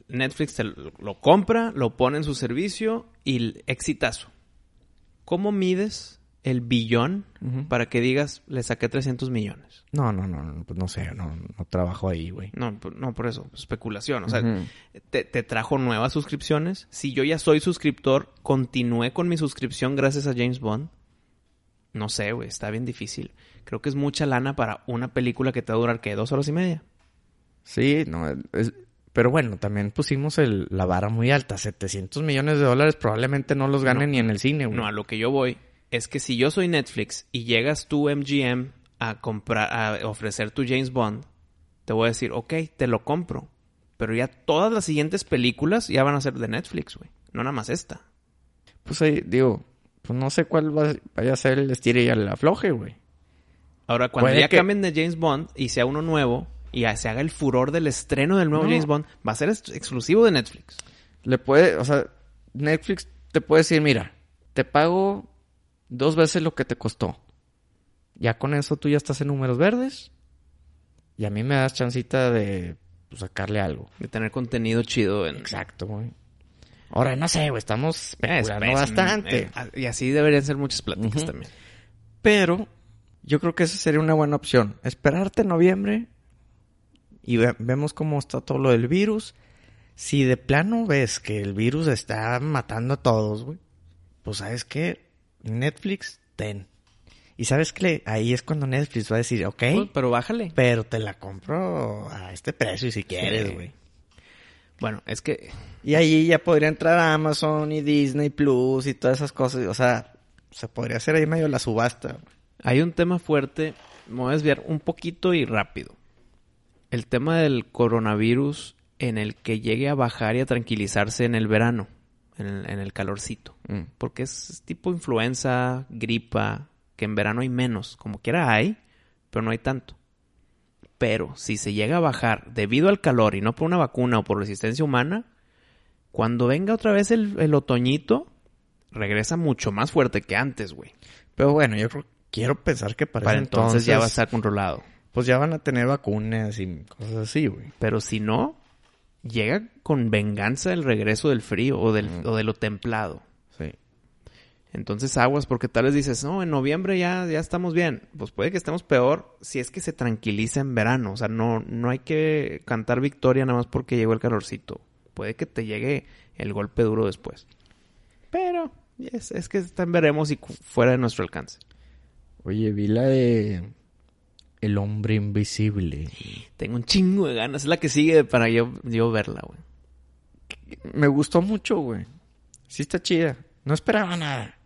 [SPEAKER 1] Netflix te lo, lo compra, lo pone en su servicio y el exitazo. ¿Cómo mides el billón para que digas, le saqué 300 millones?
[SPEAKER 3] No, no, no, no, pues no sé, no, no trabajo ahí, güey.
[SPEAKER 1] No, por- no por eso, especulación. O sea, te, te trajo nuevas suscripciones. Si yo ya soy suscriptor, continué con mi suscripción gracias a James Bond. No sé, güey, está bien difícil. Creo que es mucha lana para una película que te va a durar, ¿qué? ¿Dos horas y media?
[SPEAKER 3] Sí, no, es- pero bueno, también pusimos el- la vara muy alta. 700 millones de dólares probablemente no los ganen ni en el cine, güey.
[SPEAKER 1] No, a lo que yo voy es que si yo soy Netflix y llegas tú, MGM, a, comprar, a ofrecer tu James Bond, te voy a decir, ok, te lo compro. Pero ya todas las siguientes películas ya van a ser de Netflix, güey. No nada más esta.
[SPEAKER 3] Pues ahí, digo, pues no sé cuál va- vaya a ser el estilo y el afloje, güey.
[SPEAKER 1] Ahora, cuando
[SPEAKER 3] Puede
[SPEAKER 1] ya
[SPEAKER 3] que-
[SPEAKER 1] cambien de James Bond y sea uno nuevo y ya se haga el furor del estreno del nuevo
[SPEAKER 3] No.
[SPEAKER 1] James Bond, va a ser ex- exclusivo de Netflix.
[SPEAKER 3] Le puede, o sea, Netflix te puede decir, mira, te pago dos veces lo que te costó. Ya con eso tú ya estás en números verdes. Y a mí me das chancita de pues, sacarle algo.
[SPEAKER 1] De tener contenido chido en...
[SPEAKER 3] Exacto, güey. Ahora, no sé, güey, estamos
[SPEAKER 1] Eh,
[SPEAKER 3] especulando
[SPEAKER 1] es-
[SPEAKER 3] bastante.
[SPEAKER 1] eh, y así deberían ser muchas pláticas
[SPEAKER 3] Ujú.
[SPEAKER 1] también.
[SPEAKER 3] Pero yo creo que esa sería una buena opción. Esperarte en noviembre y ve- vemos cómo está todo lo del virus. Si de plano ves que el virus está matando a todos, güey, pues sabes qué, Netflix, ten. Y sabes que ahí es cuando Netflix va a decir, ok,
[SPEAKER 1] Pues, pero bájale.
[SPEAKER 3] pero te la compro a este precio y si quieres, güey.
[SPEAKER 1] Bueno, es que
[SPEAKER 3] Y ahí ya podría entrar a Amazon y Disney Plus y todas esas cosas. O sea, se podría hacer ahí medio la subasta. güey.
[SPEAKER 1] hay un tema fuerte. Me voy a desviar un poquito y rápido. El tema del coronavirus en el que llegue a bajar y a tranquilizarse en el verano, en el, en el calorcito.
[SPEAKER 3] Mm.
[SPEAKER 1] Porque es, es tipo influenza, gripa, que en verano hay menos. Como quiera hay, pero no hay tanto. Pero si se llega a bajar debido al calor y no por una vacuna o por resistencia humana, cuando venga otra vez el, el otoñito, regresa mucho más fuerte que antes, güey.
[SPEAKER 3] Pero bueno, yo creo- quiero pensar que para,
[SPEAKER 1] Para
[SPEAKER 3] ese
[SPEAKER 1] entonces, ya va a estar controlado.
[SPEAKER 3] Pues ya van a tener vacunas y cosas así, güey.
[SPEAKER 1] Pero si no, llega con venganza el regreso del frío o, del, o de lo templado.
[SPEAKER 3] Sí.
[SPEAKER 1] Entonces aguas, porque tal vez dices, no, en noviembre ya, ya estamos bien. Pues puede que estemos peor si es que se tranquiliza en verano. O sea, no, no hay que cantar victoria nada más porque llegó el calorcito. Puede que te llegue el golpe duro después. Pero es, es que están veremos y cu- fuera de nuestro alcance.
[SPEAKER 3] Oye, vi la de El hombre invisible.
[SPEAKER 1] Tengo un chingo de ganas. Es la que sigue para yo, yo verla, güey.
[SPEAKER 3] Me gustó mucho, güey. Sí está chida. No esperaba nada.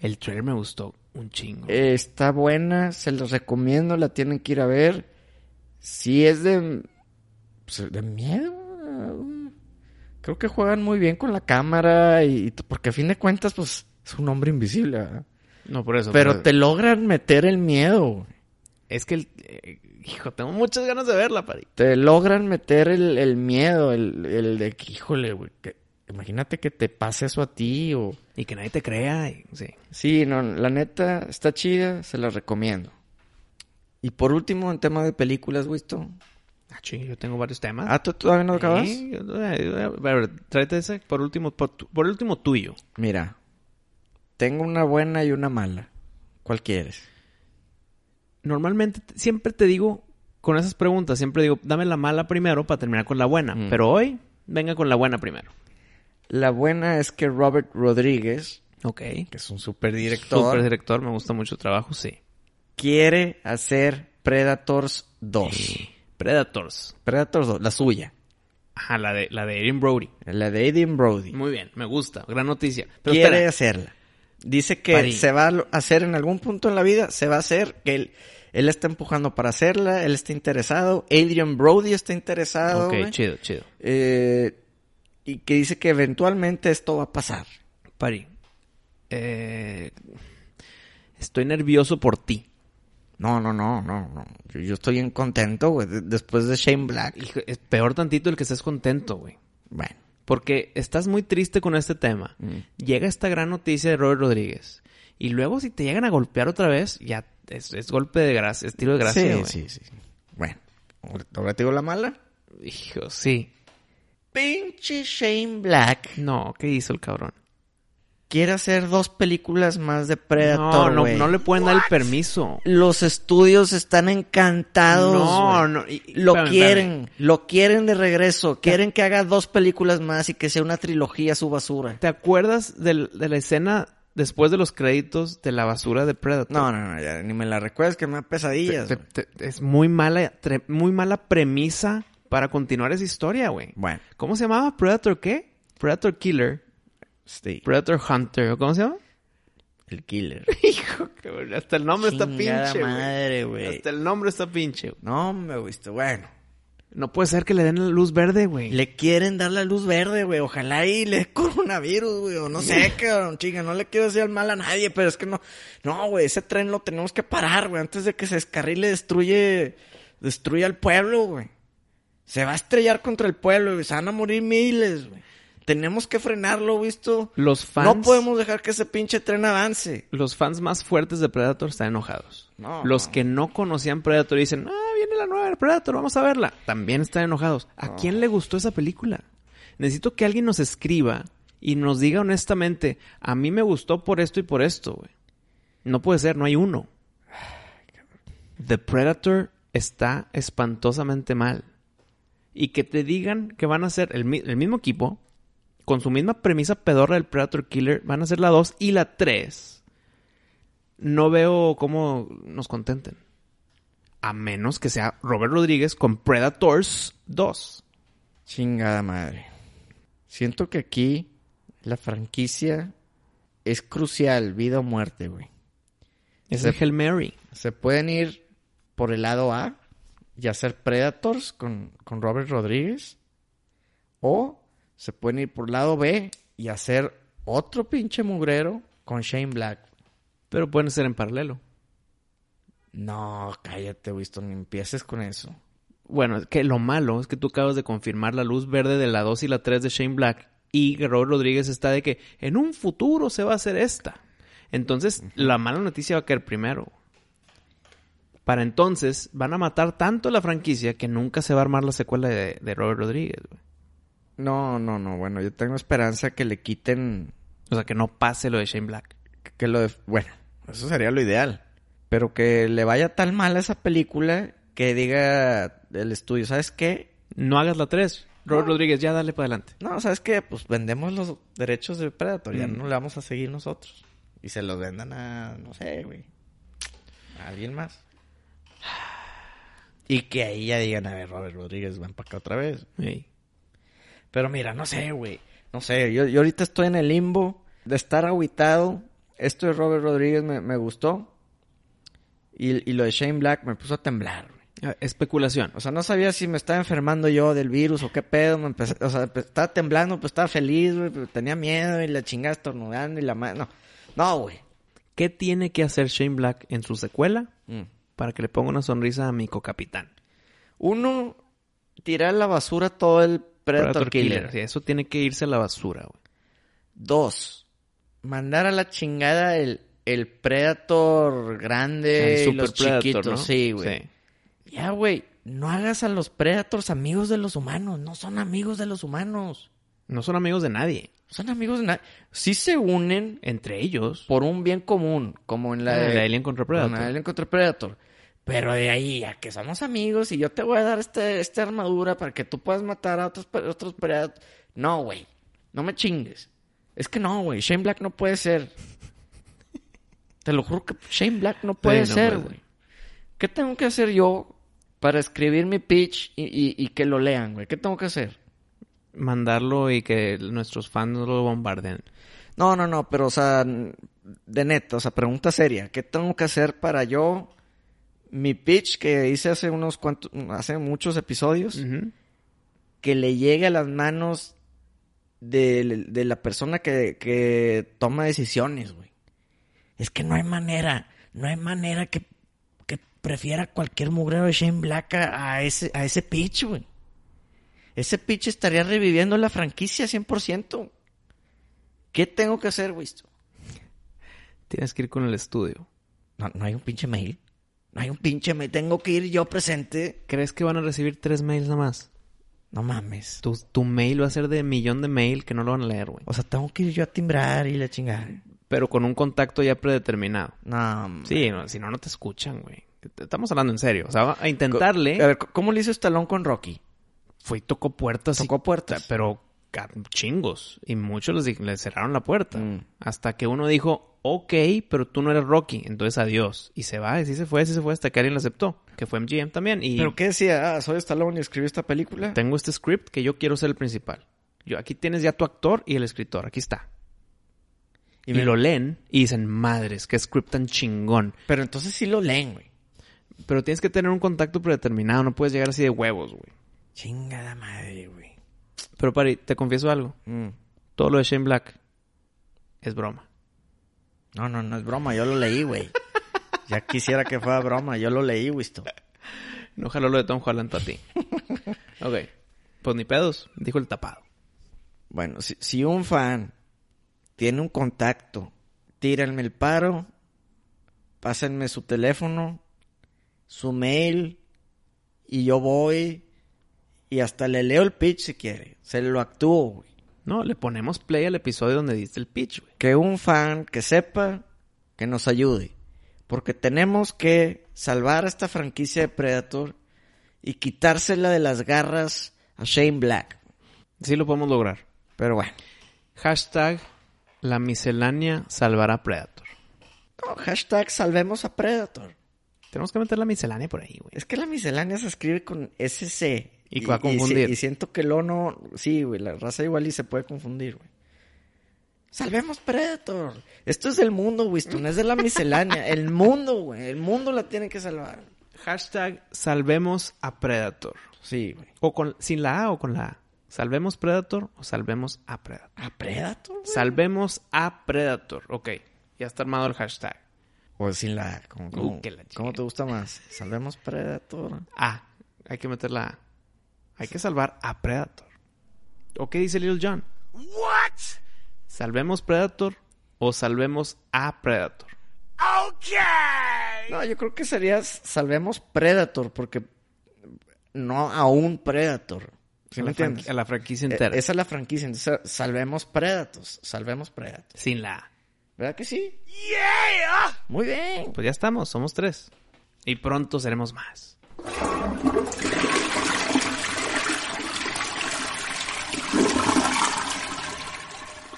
[SPEAKER 1] El trailer me gustó un chingo.
[SPEAKER 3] Eh, está buena, se los recomiendo, la tienen que ir a ver. Si es de... pues, de miedo. eh, Creo que juegan muy bien con la cámara y... Porque a fin de cuentas, pues, es un hombre invisible, ¿verdad?
[SPEAKER 1] no, por eso.
[SPEAKER 3] Pero
[SPEAKER 1] por-
[SPEAKER 3] te logran meter el miedo, güey.
[SPEAKER 1] Es que, el- eh, hijo, tengo muchas ganas de verla, pari.
[SPEAKER 3] te logran meter el, el miedo, el, el de que, híjole, güey, que- imagínate que te pase eso a ti o...
[SPEAKER 1] Y que nadie te crea. y- sí.
[SPEAKER 3] Sí, no, la neta, está chida, se la recomiendo. Y por último, en tema de películas, Wisto.
[SPEAKER 1] Ah, ching, yo tengo varios temas.
[SPEAKER 3] Ah, ¿tú todavía no lo acabas?
[SPEAKER 1] Sí, yo- eh, a ver, tráete ese por último, por, tu- por último tuyo.
[SPEAKER 3] Mira, tengo una buena y una mala. ¿Cuál quieres?
[SPEAKER 1] Normalmente, te- siempre te digo, con esas preguntas, siempre digo, dame la mala primero para terminar con la buena.
[SPEAKER 3] Mm.
[SPEAKER 1] Pero hoy, venga con la buena primero.
[SPEAKER 3] La buena es que Robert Rodríguez,
[SPEAKER 1] Ok.
[SPEAKER 3] que es un superdirector,
[SPEAKER 1] Super director, me gusta mucho su trabajo, sí.
[SPEAKER 3] quiere hacer Predators 2.
[SPEAKER 1] Predators.
[SPEAKER 3] Predators 2, la suya.
[SPEAKER 1] Ajá, la de, la de Erin Brody.
[SPEAKER 3] La de Adrian Brody.
[SPEAKER 1] Muy bien, me gusta. Gran noticia. Pero
[SPEAKER 3] quiere
[SPEAKER 1] espera,
[SPEAKER 3] hacerla. Dice que
[SPEAKER 1] Pari.
[SPEAKER 3] se va a lo- hacer en algún punto en la vida, se va a hacer, que él, él está empujando para hacerla, él está interesado, Adrian Brody está interesado.
[SPEAKER 1] Ok,
[SPEAKER 3] güey.
[SPEAKER 1] chido, chido.
[SPEAKER 3] Eh, y que dice que eventualmente esto va a pasar.
[SPEAKER 1] Pari, eh, estoy nervioso por ti.
[SPEAKER 3] No, no, no, no, no. Yo, yo estoy bien contento, güey, de- después de Shane Black.
[SPEAKER 1] Hijo, es peor tantito el que estés contento, güey.
[SPEAKER 3] Bueno, mm.
[SPEAKER 1] Porque estás muy triste con este tema. Llega esta gran noticia de Robert Rodríguez. Y luego si te llegan a golpear otra vez, ya es, es golpe de gracia, es tiro de gracia, güey.
[SPEAKER 3] sí, sí, sí. Bueno, ahora- ahora te digo la mala.
[SPEAKER 1] Hijo, sí.
[SPEAKER 3] Pinche Shane Black
[SPEAKER 1] No, ¿qué hizo el cabrón?
[SPEAKER 3] quiere hacer dos películas más de
[SPEAKER 1] No,
[SPEAKER 3] Predator,
[SPEAKER 1] no,
[SPEAKER 3] güey.
[SPEAKER 1] no le pueden dar el permiso.
[SPEAKER 3] los estudios están encantados.
[SPEAKER 1] No,
[SPEAKER 3] güey.
[SPEAKER 1] no, y- y-
[SPEAKER 3] lo
[SPEAKER 1] espérame,
[SPEAKER 3] quieren, lo quieren de regreso. Quieren que haga dos películas más y que sea una trilogía su basura.
[SPEAKER 1] ¿Te acuerdas del- de la escena después de los créditos de la basura de Predator?
[SPEAKER 3] No, no, no, ya ni me la recuerdes que me da
[SPEAKER 1] Te-
[SPEAKER 3] pesadillas.
[SPEAKER 1] te-
[SPEAKER 3] güey.
[SPEAKER 1] te- es muy mala, tre- muy mala premisa para continuar esa historia, güey.
[SPEAKER 3] Bueno,
[SPEAKER 1] ¿Cómo se llamaba? ¿Predator qué? Predator Killer.
[SPEAKER 3] sí,
[SPEAKER 1] Predator Hunter. ¿o ¿Cómo se llama?
[SPEAKER 3] el killer.
[SPEAKER 1] Hijo, que- hasta el nombre
[SPEAKER 3] Chingada
[SPEAKER 1] está pinche, güey.
[SPEAKER 3] madre, güey.
[SPEAKER 1] Hasta el nombre está pinche. güey.
[SPEAKER 3] No, me gusta. Bueno,
[SPEAKER 1] No puede ser que le den la luz verde, güey.
[SPEAKER 3] le quieren dar la luz verde, güey. Ojalá y le dé coronavirus, güey. o No sé, cabrón, chinga. No le quiero decir el mal a nadie, pero es que no. No, güey, ese tren lo tenemos que parar, güey. Antes de que se descarrile, destruye. Destruye al pueblo, güey. Se va a estrellar contra el pueblo, güey. Se van a morir miles, güey. Tenemos que frenarlo, ¿visto?
[SPEAKER 1] Los fans-
[SPEAKER 3] No podemos dejar que ese pinche tren avance.
[SPEAKER 1] Los fans más fuertes de Predator están enojados.
[SPEAKER 3] No,
[SPEAKER 1] Los
[SPEAKER 3] no.
[SPEAKER 1] que no conocían Predator y dicen, ah, viene la nueva de Predator, vamos a verla. También están enojados. ¿A quién le gustó esa película? Necesito que alguien nos escriba y nos diga honestamente, a mí me gustó por esto y por esto, güey. No puede ser, no hay uno. The Predator está espantosamente mal. Y que te digan que van a ser el, mi- el mismo equipo, con su misma premisa pedorra del Predator Killer, van a ser la 2 y la 3. No veo cómo nos contenten. A menos que sea Robert Rodríguez con Predators 2.
[SPEAKER 3] Chingada madre. Siento que aquí la franquicia es crucial, vida o muerte, güey.
[SPEAKER 1] Es
[SPEAKER 3] Se-
[SPEAKER 1] el Hail Mary.
[SPEAKER 3] Se pueden ir por el lado A y hacer Predators con, con Robert Rodríguez. O se pueden ir por el lado B y hacer otro pinche mugrero con Shane Black.
[SPEAKER 1] Pero pueden ser en paralelo.
[SPEAKER 3] No, cállate, Winston, ni empieces con eso.
[SPEAKER 1] Bueno, es que lo malo es que tú acabas de confirmar la luz verde de la 2 y la 3 de Shane Black y que Robert Rodríguez está de que en un futuro se va a hacer esta. Entonces, la mala noticia va a caer primero. Para entonces, van a matar tanto la franquicia que nunca se va a armar la secuela de, de Robert Rodríguez. güey.
[SPEAKER 3] No, no, no, bueno, yo tengo esperanza que le quiten
[SPEAKER 1] O sea, que no pase lo de Shane Black.
[SPEAKER 3] que lo def- bueno, eso sería lo ideal, pero que le vaya tan mal a esa película que diga el estudio, ¿sabes qué?
[SPEAKER 1] No hagas la 3. Robert Rodríguez, ya dale para adelante.
[SPEAKER 3] No, ¿sabes qué? Pues vendemos los derechos de Predator, ya
[SPEAKER 1] Mm.
[SPEAKER 3] no le vamos a seguir nosotros. Y se los vendan a, no sé, güey, a alguien más. Y que ahí ya digan, a ver, Robert Rodríguez, ven para acá otra vez.
[SPEAKER 1] Ey.
[SPEAKER 3] Pero mira, no sé, güey. No sé, yo, yo ahorita estoy en el limbo de estar agüitado. Esto de Robert Rodríguez me, me gustó. Y, y lo de Shane Black me puso a temblar, güey.
[SPEAKER 1] Ah, Especulación.
[SPEAKER 3] O sea, no sabía si me estaba enfermando yo del virus o qué pedo. Me empecé- o sea, pues, estaba temblando, pues estaba feliz, güey. pero tenía miedo y la chingada estornudando y la madre. No, no, güey.
[SPEAKER 1] ¿Qué tiene que hacer Shane Black en su secuela
[SPEAKER 3] Mm.
[SPEAKER 1] para que le ponga una sonrisa a mi cocapitán?
[SPEAKER 3] Uno, tirar a la basura todo el Predator, Killer.
[SPEAKER 1] Sí, eso tiene que irse a la basura, güey.
[SPEAKER 3] Dos, mandar a la chingada el, el Predator grande
[SPEAKER 1] El
[SPEAKER 3] y los
[SPEAKER 1] Super Predator,
[SPEAKER 3] chiquitos.
[SPEAKER 1] ¿no?
[SPEAKER 3] Sí, güey. Ya, güey, no hagas a los Predators amigos de los humanos. No son amigos de los humanos.
[SPEAKER 1] No son amigos de nadie.
[SPEAKER 3] Son amigos de nadie. Sí se unen
[SPEAKER 1] Entre ellos.
[SPEAKER 3] por un bien común, como en la
[SPEAKER 1] Ah,
[SPEAKER 3] de,
[SPEAKER 1] el Alien contra
[SPEAKER 3] con
[SPEAKER 1] Predator.
[SPEAKER 3] Alien contra Predator. Pero de ahí a que somos amigos y yo te voy a dar este, esta armadura para que tú puedas matar a otros, pre- otros Predators. No, güey. No me chingues. Es que no, güey. Shane Black no puede ser. Te lo juro que Shane Black no puede
[SPEAKER 1] no
[SPEAKER 3] ser,
[SPEAKER 1] puede.
[SPEAKER 3] güey. ¿Qué tengo que hacer yo para escribir mi pitch y, y- y que lo lean, güey? ¿Qué tengo que hacer?
[SPEAKER 1] Mandarlo y que nuestros fans lo bombarden.
[SPEAKER 3] No, no, no, pero, o sea, de neta, o sea, pregunta seria. ¿Qué tengo que hacer para yo, mi pitch que hice hace unos cuantos, hace muchos episodios, que le llegue a las manos de, de la persona que, que toma decisiones, güey? Es que no hay manera, no hay manera que, que prefiera cualquier mugrero de Shane Black a, a ese, a ese pitch, güey. Ese pitch estaría reviviendo la franquicia 100%. ¿Qué tengo que hacer, güey?
[SPEAKER 1] Tienes que ir con el estudio.
[SPEAKER 3] No, no hay un pinche mail. No hay un pinche mail. Tengo que ir yo presente.
[SPEAKER 1] ¿Crees que van a recibir tres mails nada más?
[SPEAKER 3] No mames.
[SPEAKER 1] Tu, tu mail va a ser de millón de mail que no lo van a leer, güey.
[SPEAKER 3] O sea, tengo que ir yo a timbrar y la chingada.
[SPEAKER 1] Pero con un contacto ya predeterminado.
[SPEAKER 3] No.
[SPEAKER 1] Sí, no, si no, no te escuchan, güey. Te- Estamos hablando en serio. O sea, va a intentarle.
[SPEAKER 3] A ver, ¿cómo le hizo Stallone con Rocky?
[SPEAKER 1] Fue y tocó puertas. y-
[SPEAKER 3] Tocó puertas.
[SPEAKER 1] Pero ca- chingos. Y muchos les, di- les cerraron la puerta.
[SPEAKER 3] Mm.
[SPEAKER 1] Hasta que uno dijo, ok, pero tú no eres Rocky, entonces adiós. Y se va, y sí se fue, sí se fue, hasta que alguien lo aceptó. Que fue MGM también. Y
[SPEAKER 3] ¿Pero qué decía? Ah, soy Stallone y escribí esta película.
[SPEAKER 1] tengo este script que yo quiero ser el principal. Yo, aquí tienes ya tu actor y el escritor, aquí está. Y,
[SPEAKER 3] me-
[SPEAKER 1] lo leen y dicen, madres, qué script tan chingón.
[SPEAKER 3] Pero entonces sí lo leen, güey.
[SPEAKER 1] Pero tienes que tener un contacto predeterminado, no puedes llegar así de huevos, güey.
[SPEAKER 3] Chingada madre, güey.
[SPEAKER 1] Pero Pari, te confieso algo.
[SPEAKER 3] Mm.
[SPEAKER 1] Todo lo de Shane Black es broma.
[SPEAKER 3] No, no, no es broma. Yo lo leí, güey. ya quisiera que fuera broma. Yo lo leí, Wisto.
[SPEAKER 1] No jaló lo de Tom Holland para ti. ok. Pues ni pedos, dijo el tapado.
[SPEAKER 3] Bueno, si, si un fan tiene un contacto, tírenme el paro, pásenme su teléfono, su mail, y yo voy y hasta le leo el pitch si quiere. Se lo actúo, güey.
[SPEAKER 1] No, le ponemos play al episodio donde diste el pitch, güey.
[SPEAKER 3] Que un fan que sepa, que nos ayude. Porque tenemos que salvar a esta franquicia de Predator y quitársela de las garras a Shane Black.
[SPEAKER 1] Sí lo podemos lograr.
[SPEAKER 3] Pero bueno.
[SPEAKER 1] Hashtag la miscelánea salvará Predator.
[SPEAKER 3] No, hashtag salvemos a Predator.
[SPEAKER 1] Tenemos que meter la miscelánea por ahí, güey.
[SPEAKER 3] Es que la miscelánea se escribe con SC.
[SPEAKER 1] Y va a confundir.
[SPEAKER 3] si- Y, siento que el ono. Sí, güey, la raza igual y se puede confundir, güey. Salvemos Predator. Esto es del mundo, Winston. Es de la miscelánea. El mundo, güey. El mundo la tiene que salvar.
[SPEAKER 1] Hashtag salvemos a Predator.
[SPEAKER 3] Sí, güey.
[SPEAKER 1] O con, sin la A o con la A. Salvemos Predator o salvemos a Predator.
[SPEAKER 3] ¿A Predator? güey?
[SPEAKER 1] Salvemos a Predator. Ok, ya está armado el hashtag.
[SPEAKER 5] O sin la... Como, como-
[SPEAKER 1] que Uh, la chica.
[SPEAKER 5] ¿Cómo te gusta más?
[SPEAKER 3] Salvemos Predator.
[SPEAKER 1] Ah, hay que meter la A. Hay que salvar a Predator. ¿O qué dice Little John?
[SPEAKER 2] What?
[SPEAKER 1] ¿Salvemos Predator o salvemos a Predator?
[SPEAKER 2] Okay.
[SPEAKER 3] No, yo creo que sería s- salvemos Predator, porque no a un Predator. ¿Sí
[SPEAKER 1] a,
[SPEAKER 3] me
[SPEAKER 1] la
[SPEAKER 3] entiendes?
[SPEAKER 1] franqui- a la franquicia
[SPEAKER 3] Eh,
[SPEAKER 1] entera.
[SPEAKER 3] Esa es la franquicia. Entonces, salvemos Predators. Salvemos Predators.
[SPEAKER 1] Sin la A.
[SPEAKER 3] ¿Verdad que sí?
[SPEAKER 2] Yeah.
[SPEAKER 3] Muy bien.
[SPEAKER 1] Pues ya estamos, somos tres. Y pronto seremos más.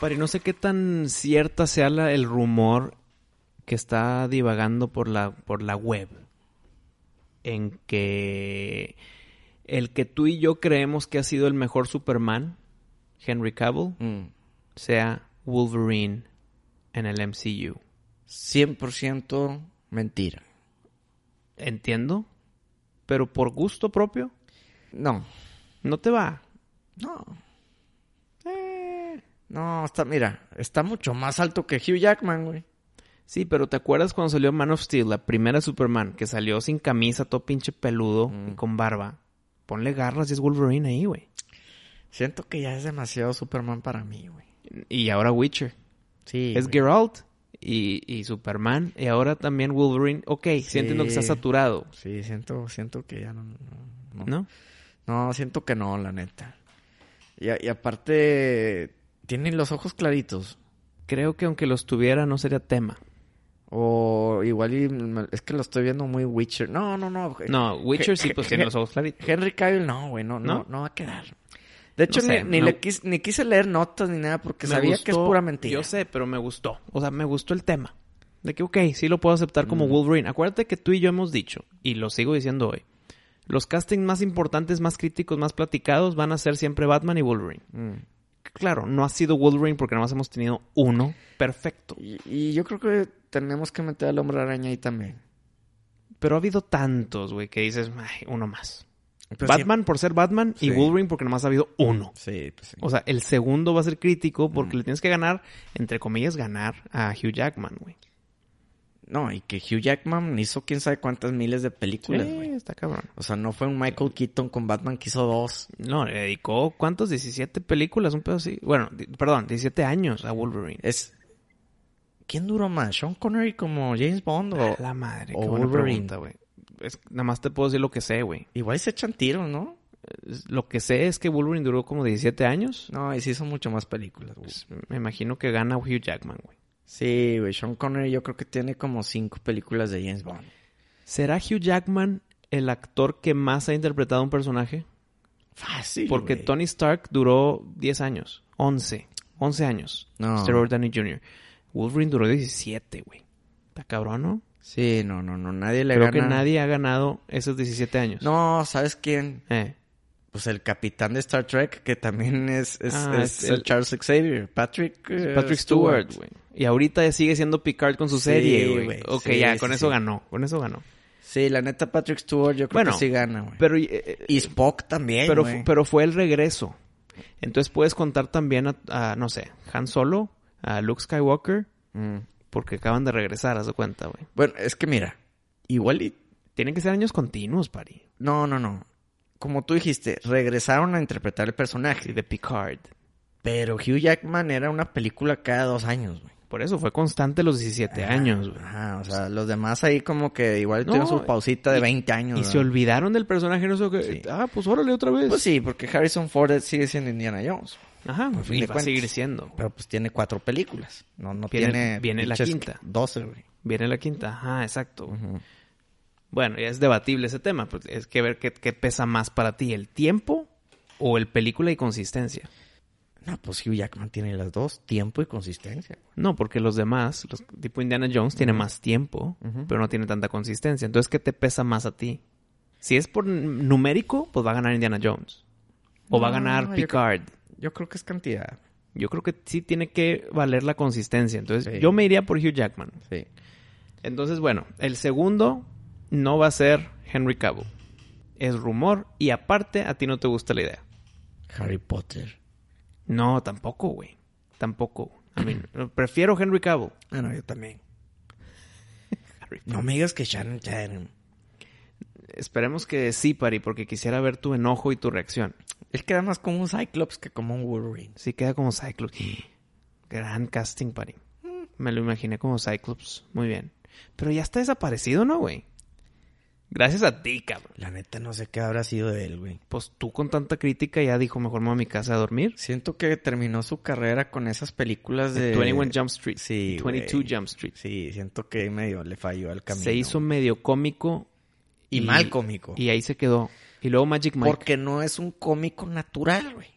[SPEAKER 1] Pari, no sé qué tan cierta sea la- el rumor que está divagando por la, por la web. En que el que tú y yo creemos que ha sido el mejor Superman, Henry Cavill,
[SPEAKER 3] Mm.
[SPEAKER 1] sea Wolverine en el MCU.
[SPEAKER 3] 100% mentira.
[SPEAKER 1] Entiendo, pero por gusto propio
[SPEAKER 3] No.
[SPEAKER 1] no te va.
[SPEAKER 3] No. Eh, no, está, mira, está mucho más alto que Hugh Jackman, güey.
[SPEAKER 1] Sí, pero ¿te acuerdas cuando salió Man of Steel, la primera Superman, que salió sin camisa, todo pinche peludo y con barba? Ponle garras y es Wolverine ahí, güey.
[SPEAKER 3] Siento que ya es demasiado Superman para mí, güey.
[SPEAKER 1] Y ahora Witcher.
[SPEAKER 3] Sí.
[SPEAKER 1] es
[SPEAKER 3] güey.
[SPEAKER 1] Geralt y, y Superman y ahora también Wolverine. Ok, sí entiendo que está
[SPEAKER 3] Sí.
[SPEAKER 1] saturado,
[SPEAKER 3] Sí, siento, siento que ya no- no,
[SPEAKER 1] ¿no?
[SPEAKER 3] No, siento que no, la neta. Y, a- y aparte, tienen los ojos claritos.
[SPEAKER 1] Creo que aunque los tuviera no sería tema.
[SPEAKER 3] O igual y me- es que lo estoy viendo muy Witcher. No, no, no.
[SPEAKER 1] No, Witcher sí
[SPEAKER 3] Je-
[SPEAKER 1] pues
[SPEAKER 3] je-
[SPEAKER 1] tiene los ojos claritos.
[SPEAKER 3] Henry Cavill no, güey, no, no,
[SPEAKER 1] ¿No?
[SPEAKER 3] no, va a quedar. De hecho,
[SPEAKER 1] sé,
[SPEAKER 3] ni, ni
[SPEAKER 1] no.
[SPEAKER 3] le quis- ni quise leer notas ni nada porque
[SPEAKER 1] Me
[SPEAKER 3] sabía que es
[SPEAKER 1] gustó-
[SPEAKER 3] pura mentira.
[SPEAKER 1] Yo sé, pero me gustó. O sea, me gustó el tema. De que, ok, sí lo puedo aceptar como
[SPEAKER 3] Mm.
[SPEAKER 1] Wolverine. Acuérdate que tú y yo hemos dicho, y lo sigo diciendo hoy, los castings más importantes, más críticos, más platicados van a ser siempre Batman y Wolverine.
[SPEAKER 3] Mm.
[SPEAKER 1] Claro, no ha sido Wolverine porque nomás hemos tenido uno perfecto.
[SPEAKER 3] Y, y yo creo que tenemos que meter al hombre araña ahí también.
[SPEAKER 1] Pero ha habido tantos, güey, que dices, "Ay, uno más.
[SPEAKER 3] Pero
[SPEAKER 1] Batman por ser Batman
[SPEAKER 5] Sí.
[SPEAKER 1] y Wolverine porque nomás ha habido uno.
[SPEAKER 5] Sí, pues sí.
[SPEAKER 1] O sea, el segundo va a ser crítico porque
[SPEAKER 3] Mm.
[SPEAKER 1] le tienes que ganar, entre comillas, ganar a Hugh Jackman, güey.
[SPEAKER 3] No, y que Hugh Jackman hizo quién sabe cuántas miles de películas,
[SPEAKER 1] Sí,
[SPEAKER 3] güey.
[SPEAKER 1] está cabrón.
[SPEAKER 3] O sea, no fue un Michael Keaton con Batman que hizo dos.
[SPEAKER 1] No, le dedicó, ¿cuántos? 17 películas, un pedo así. Bueno, di- perdón, 17 años a Wolverine.
[SPEAKER 3] Es. ¿Quién duró más? ¿Sean Connery como James Bond? O...
[SPEAKER 1] la madre,
[SPEAKER 3] o
[SPEAKER 1] qué buena
[SPEAKER 3] Wolverine.
[SPEAKER 1] pregunta, güey. Es- nada más te puedo decir lo que sé, güey.
[SPEAKER 3] Igual se echan tiros, ¿no?
[SPEAKER 1] Es- Lo que sé es que Wolverine duró como 17 años.
[SPEAKER 3] No, y sí son mucho más películas. güey.
[SPEAKER 1] Pues, me imagino que gana Hugh Jackman, güey.
[SPEAKER 3] Sí, güey. Sean Connery yo creo que tiene como cinco películas de James Bond.
[SPEAKER 1] ¿Será Hugh Jackman el actor que más ha interpretado un personaje?
[SPEAKER 3] Fácil.
[SPEAKER 1] Porque
[SPEAKER 3] güey.
[SPEAKER 1] Tony Stark duró 10 años, 11, 11 años.
[SPEAKER 3] No.
[SPEAKER 1] Robert Downey Jr. Wolverine duró 17, güey. Está cabrón, ¿no?
[SPEAKER 3] Sí, no, no, no. Nadie le
[SPEAKER 1] Creo
[SPEAKER 3] gana.
[SPEAKER 1] que nadie ha ganado esos 17 años.
[SPEAKER 3] No, ¿sabes quién?
[SPEAKER 1] Eh,
[SPEAKER 3] Pues el capitán de Star Trek, que también es, es,
[SPEAKER 1] Ah,
[SPEAKER 3] es
[SPEAKER 1] es
[SPEAKER 3] el
[SPEAKER 1] el-
[SPEAKER 3] Charles Xavier. Patrick, eh,
[SPEAKER 1] Patrick Stewart, güey. Y ahorita sigue siendo Picard con su
[SPEAKER 3] Sí,
[SPEAKER 1] serie, güey.
[SPEAKER 3] güey.
[SPEAKER 1] Ok,
[SPEAKER 3] Sí,
[SPEAKER 1] ya,
[SPEAKER 3] sí,
[SPEAKER 1] con
[SPEAKER 3] sí.
[SPEAKER 1] eso ganó. Con eso ganó.
[SPEAKER 3] Sí, la neta, Patrick Stewart yo creo
[SPEAKER 1] Bueno,
[SPEAKER 3] que sí gana, güey.
[SPEAKER 1] Pero, eh, eh,
[SPEAKER 3] Y Spock también,
[SPEAKER 1] pero,
[SPEAKER 3] güey.
[SPEAKER 1] fu- pero fue el regreso. Entonces puedes contar también a, a, no sé, Han Solo, a Luke Skywalker,
[SPEAKER 3] Mm.
[SPEAKER 1] porque acaban de regresar, haz de cuenta, güey.
[SPEAKER 3] Bueno, es que mira. Igual y
[SPEAKER 1] Tienen que ser años continuos, Pari.
[SPEAKER 3] No, no, no. Como tú dijiste, regresaron a interpretar el
[SPEAKER 1] Sí,
[SPEAKER 3] personaje.
[SPEAKER 1] de Picard.
[SPEAKER 3] Pero Hugh Jackman era una película cada dos años, güey.
[SPEAKER 1] Por eso fue constante los 17
[SPEAKER 3] Ah,
[SPEAKER 1] años, güey.
[SPEAKER 3] Ajá, o sea, los demás ahí como que igual
[SPEAKER 1] No,
[SPEAKER 3] tienen su pausita de
[SPEAKER 1] y-
[SPEAKER 3] 20 años.
[SPEAKER 1] Y
[SPEAKER 3] ¿verdad?
[SPEAKER 1] se olvidaron del personaje, no sé qué.
[SPEAKER 3] Sí.
[SPEAKER 1] Ah, pues órale otra vez.
[SPEAKER 3] Pues sí, porque Harrison Ford sigue siendo Indiana Jones.
[SPEAKER 1] Ajá,
[SPEAKER 3] por fin
[SPEAKER 1] y
[SPEAKER 3] de
[SPEAKER 1] va a seguir
[SPEAKER 3] cuentas.
[SPEAKER 1] siendo.
[SPEAKER 3] Pero pues tiene cuatro películas. No, no
[SPEAKER 1] Viene-
[SPEAKER 3] tiene...
[SPEAKER 1] viene la
[SPEAKER 3] pinches
[SPEAKER 1] quinta.
[SPEAKER 3] 12, güey.
[SPEAKER 1] Viene la quinta. Ajá, exacto. güey. Bueno, ya es debatible ese tema. Pues es que ver qué, qué pesa más para ti, el tiempo o el película y consistencia.
[SPEAKER 3] No, pues Hugh Jackman tiene las dos, tiempo y consistencia.
[SPEAKER 1] No, porque los demás, los, tipo Indiana Jones, tiene más tiempo, pero no tiene tanta consistencia. Entonces, ¿qué te pesa más a ti? Si es por n- numérico, pues va a ganar Indiana Jones. O va a
[SPEAKER 3] No,
[SPEAKER 1] ganar
[SPEAKER 3] yo
[SPEAKER 1] Picard.
[SPEAKER 3] Yo creo que es cantidad.
[SPEAKER 1] Yo creo que sí tiene que valer la consistencia. Entonces,
[SPEAKER 3] Sí.
[SPEAKER 1] yo me iría por Hugh Jackman.
[SPEAKER 3] Sí.
[SPEAKER 1] Entonces, bueno, el segundo no va a ser Henry Cavill. Es rumor y aparte a ti no te gusta la idea.
[SPEAKER 3] Harry Potter.
[SPEAKER 1] No, tampoco, güey. Tampoco. A mí, prefiero Henry Cavill.
[SPEAKER 3] Ah, no, yo también. No me digas que Shannon Tatum.
[SPEAKER 1] Esperemos que sí, Pari, porque quisiera ver tu enojo y tu reacción.
[SPEAKER 3] Él queda más como un Cyclops que como un Wolverine.
[SPEAKER 1] Sí queda como Cyclops. Gran casting, Pari.
[SPEAKER 3] Mm.
[SPEAKER 1] Me lo imaginé como Cyclops. Muy bien. Pero ya está desaparecido, ¿no, güey? Gracias a ti, cabrón.
[SPEAKER 3] La neta no sé qué habrá sido de él, güey.
[SPEAKER 1] Pues tú con tanta crítica ya dijo, mejor me voy a mi casa a dormir.
[SPEAKER 3] Siento que terminó su carrera con esas películas de...
[SPEAKER 1] 21 Jump Street.
[SPEAKER 3] Sí,
[SPEAKER 1] 22
[SPEAKER 3] güey.
[SPEAKER 1] Jump Street.
[SPEAKER 3] Sí, siento que medio le falló al camino.
[SPEAKER 1] Se hizo medio cómico.
[SPEAKER 3] Y mal cómico.
[SPEAKER 1] Y ahí se quedó. Y luego Magic Mike.
[SPEAKER 3] Porque no es un cómico natural, güey.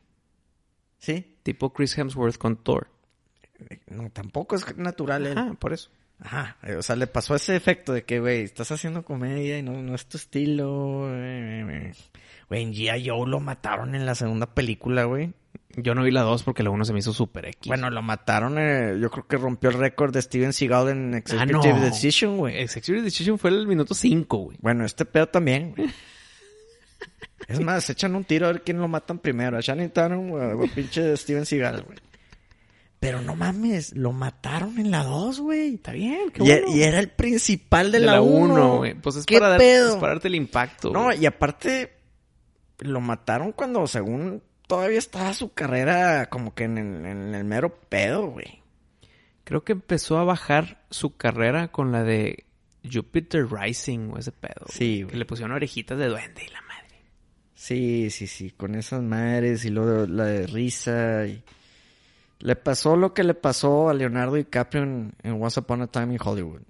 [SPEAKER 3] ¿Sí?
[SPEAKER 1] Tipo Chris Hemsworth con Thor.
[SPEAKER 3] No, tampoco es natural él.
[SPEAKER 1] Ah, por eso.
[SPEAKER 3] Ajá, eh, o sea, le pasó ese efecto de que, güey, estás haciendo comedia y no, no es tu estilo. eh, eh, eh. Güey, en G.I. Joe lo mataron en la segunda película, güey.
[SPEAKER 1] Yo no vi la 2 porque la 1 se me hizo super X.
[SPEAKER 3] Bueno, lo mataron, eh, yo creo que rompió el récord de Steven Seagal en Executive
[SPEAKER 1] Ah, no.
[SPEAKER 3] Decision, güey.
[SPEAKER 1] Executive Decision fue el minuto 5, güey.
[SPEAKER 3] Bueno, este pedo también, güey. Es más, se echan un tiro a ver quién lo matan primero, a Shannon Tatum o a- o a pinche Steven Seagal, güey. Pero no mames, lo mataron en la 2, güey.
[SPEAKER 1] Está bien, qué
[SPEAKER 3] Y,
[SPEAKER 1] bueno.
[SPEAKER 3] y era el principal de,
[SPEAKER 1] De
[SPEAKER 3] la 1,
[SPEAKER 1] uno, güey. Pues es
[SPEAKER 3] ¿Qué
[SPEAKER 1] para, dar-
[SPEAKER 3] pedo?
[SPEAKER 1] es para darte el impacto.
[SPEAKER 3] No,
[SPEAKER 1] güey.
[SPEAKER 3] y aparte lo mataron cuando según todavía estaba su carrera como que en el, en el mero pedo, güey.
[SPEAKER 1] Creo que empezó a bajar su carrera con la de Jupiter Rising o ese pedo. güey.
[SPEAKER 3] Sí, güey.
[SPEAKER 1] Que le pusieron orejitas de duende y la madre.
[SPEAKER 3] Sí, sí, sí, con esas madres y luego la de risa y... Le pasó lo que le pasó a Leonardo DiCaprio en, en Once Upon a Time in Hollywood.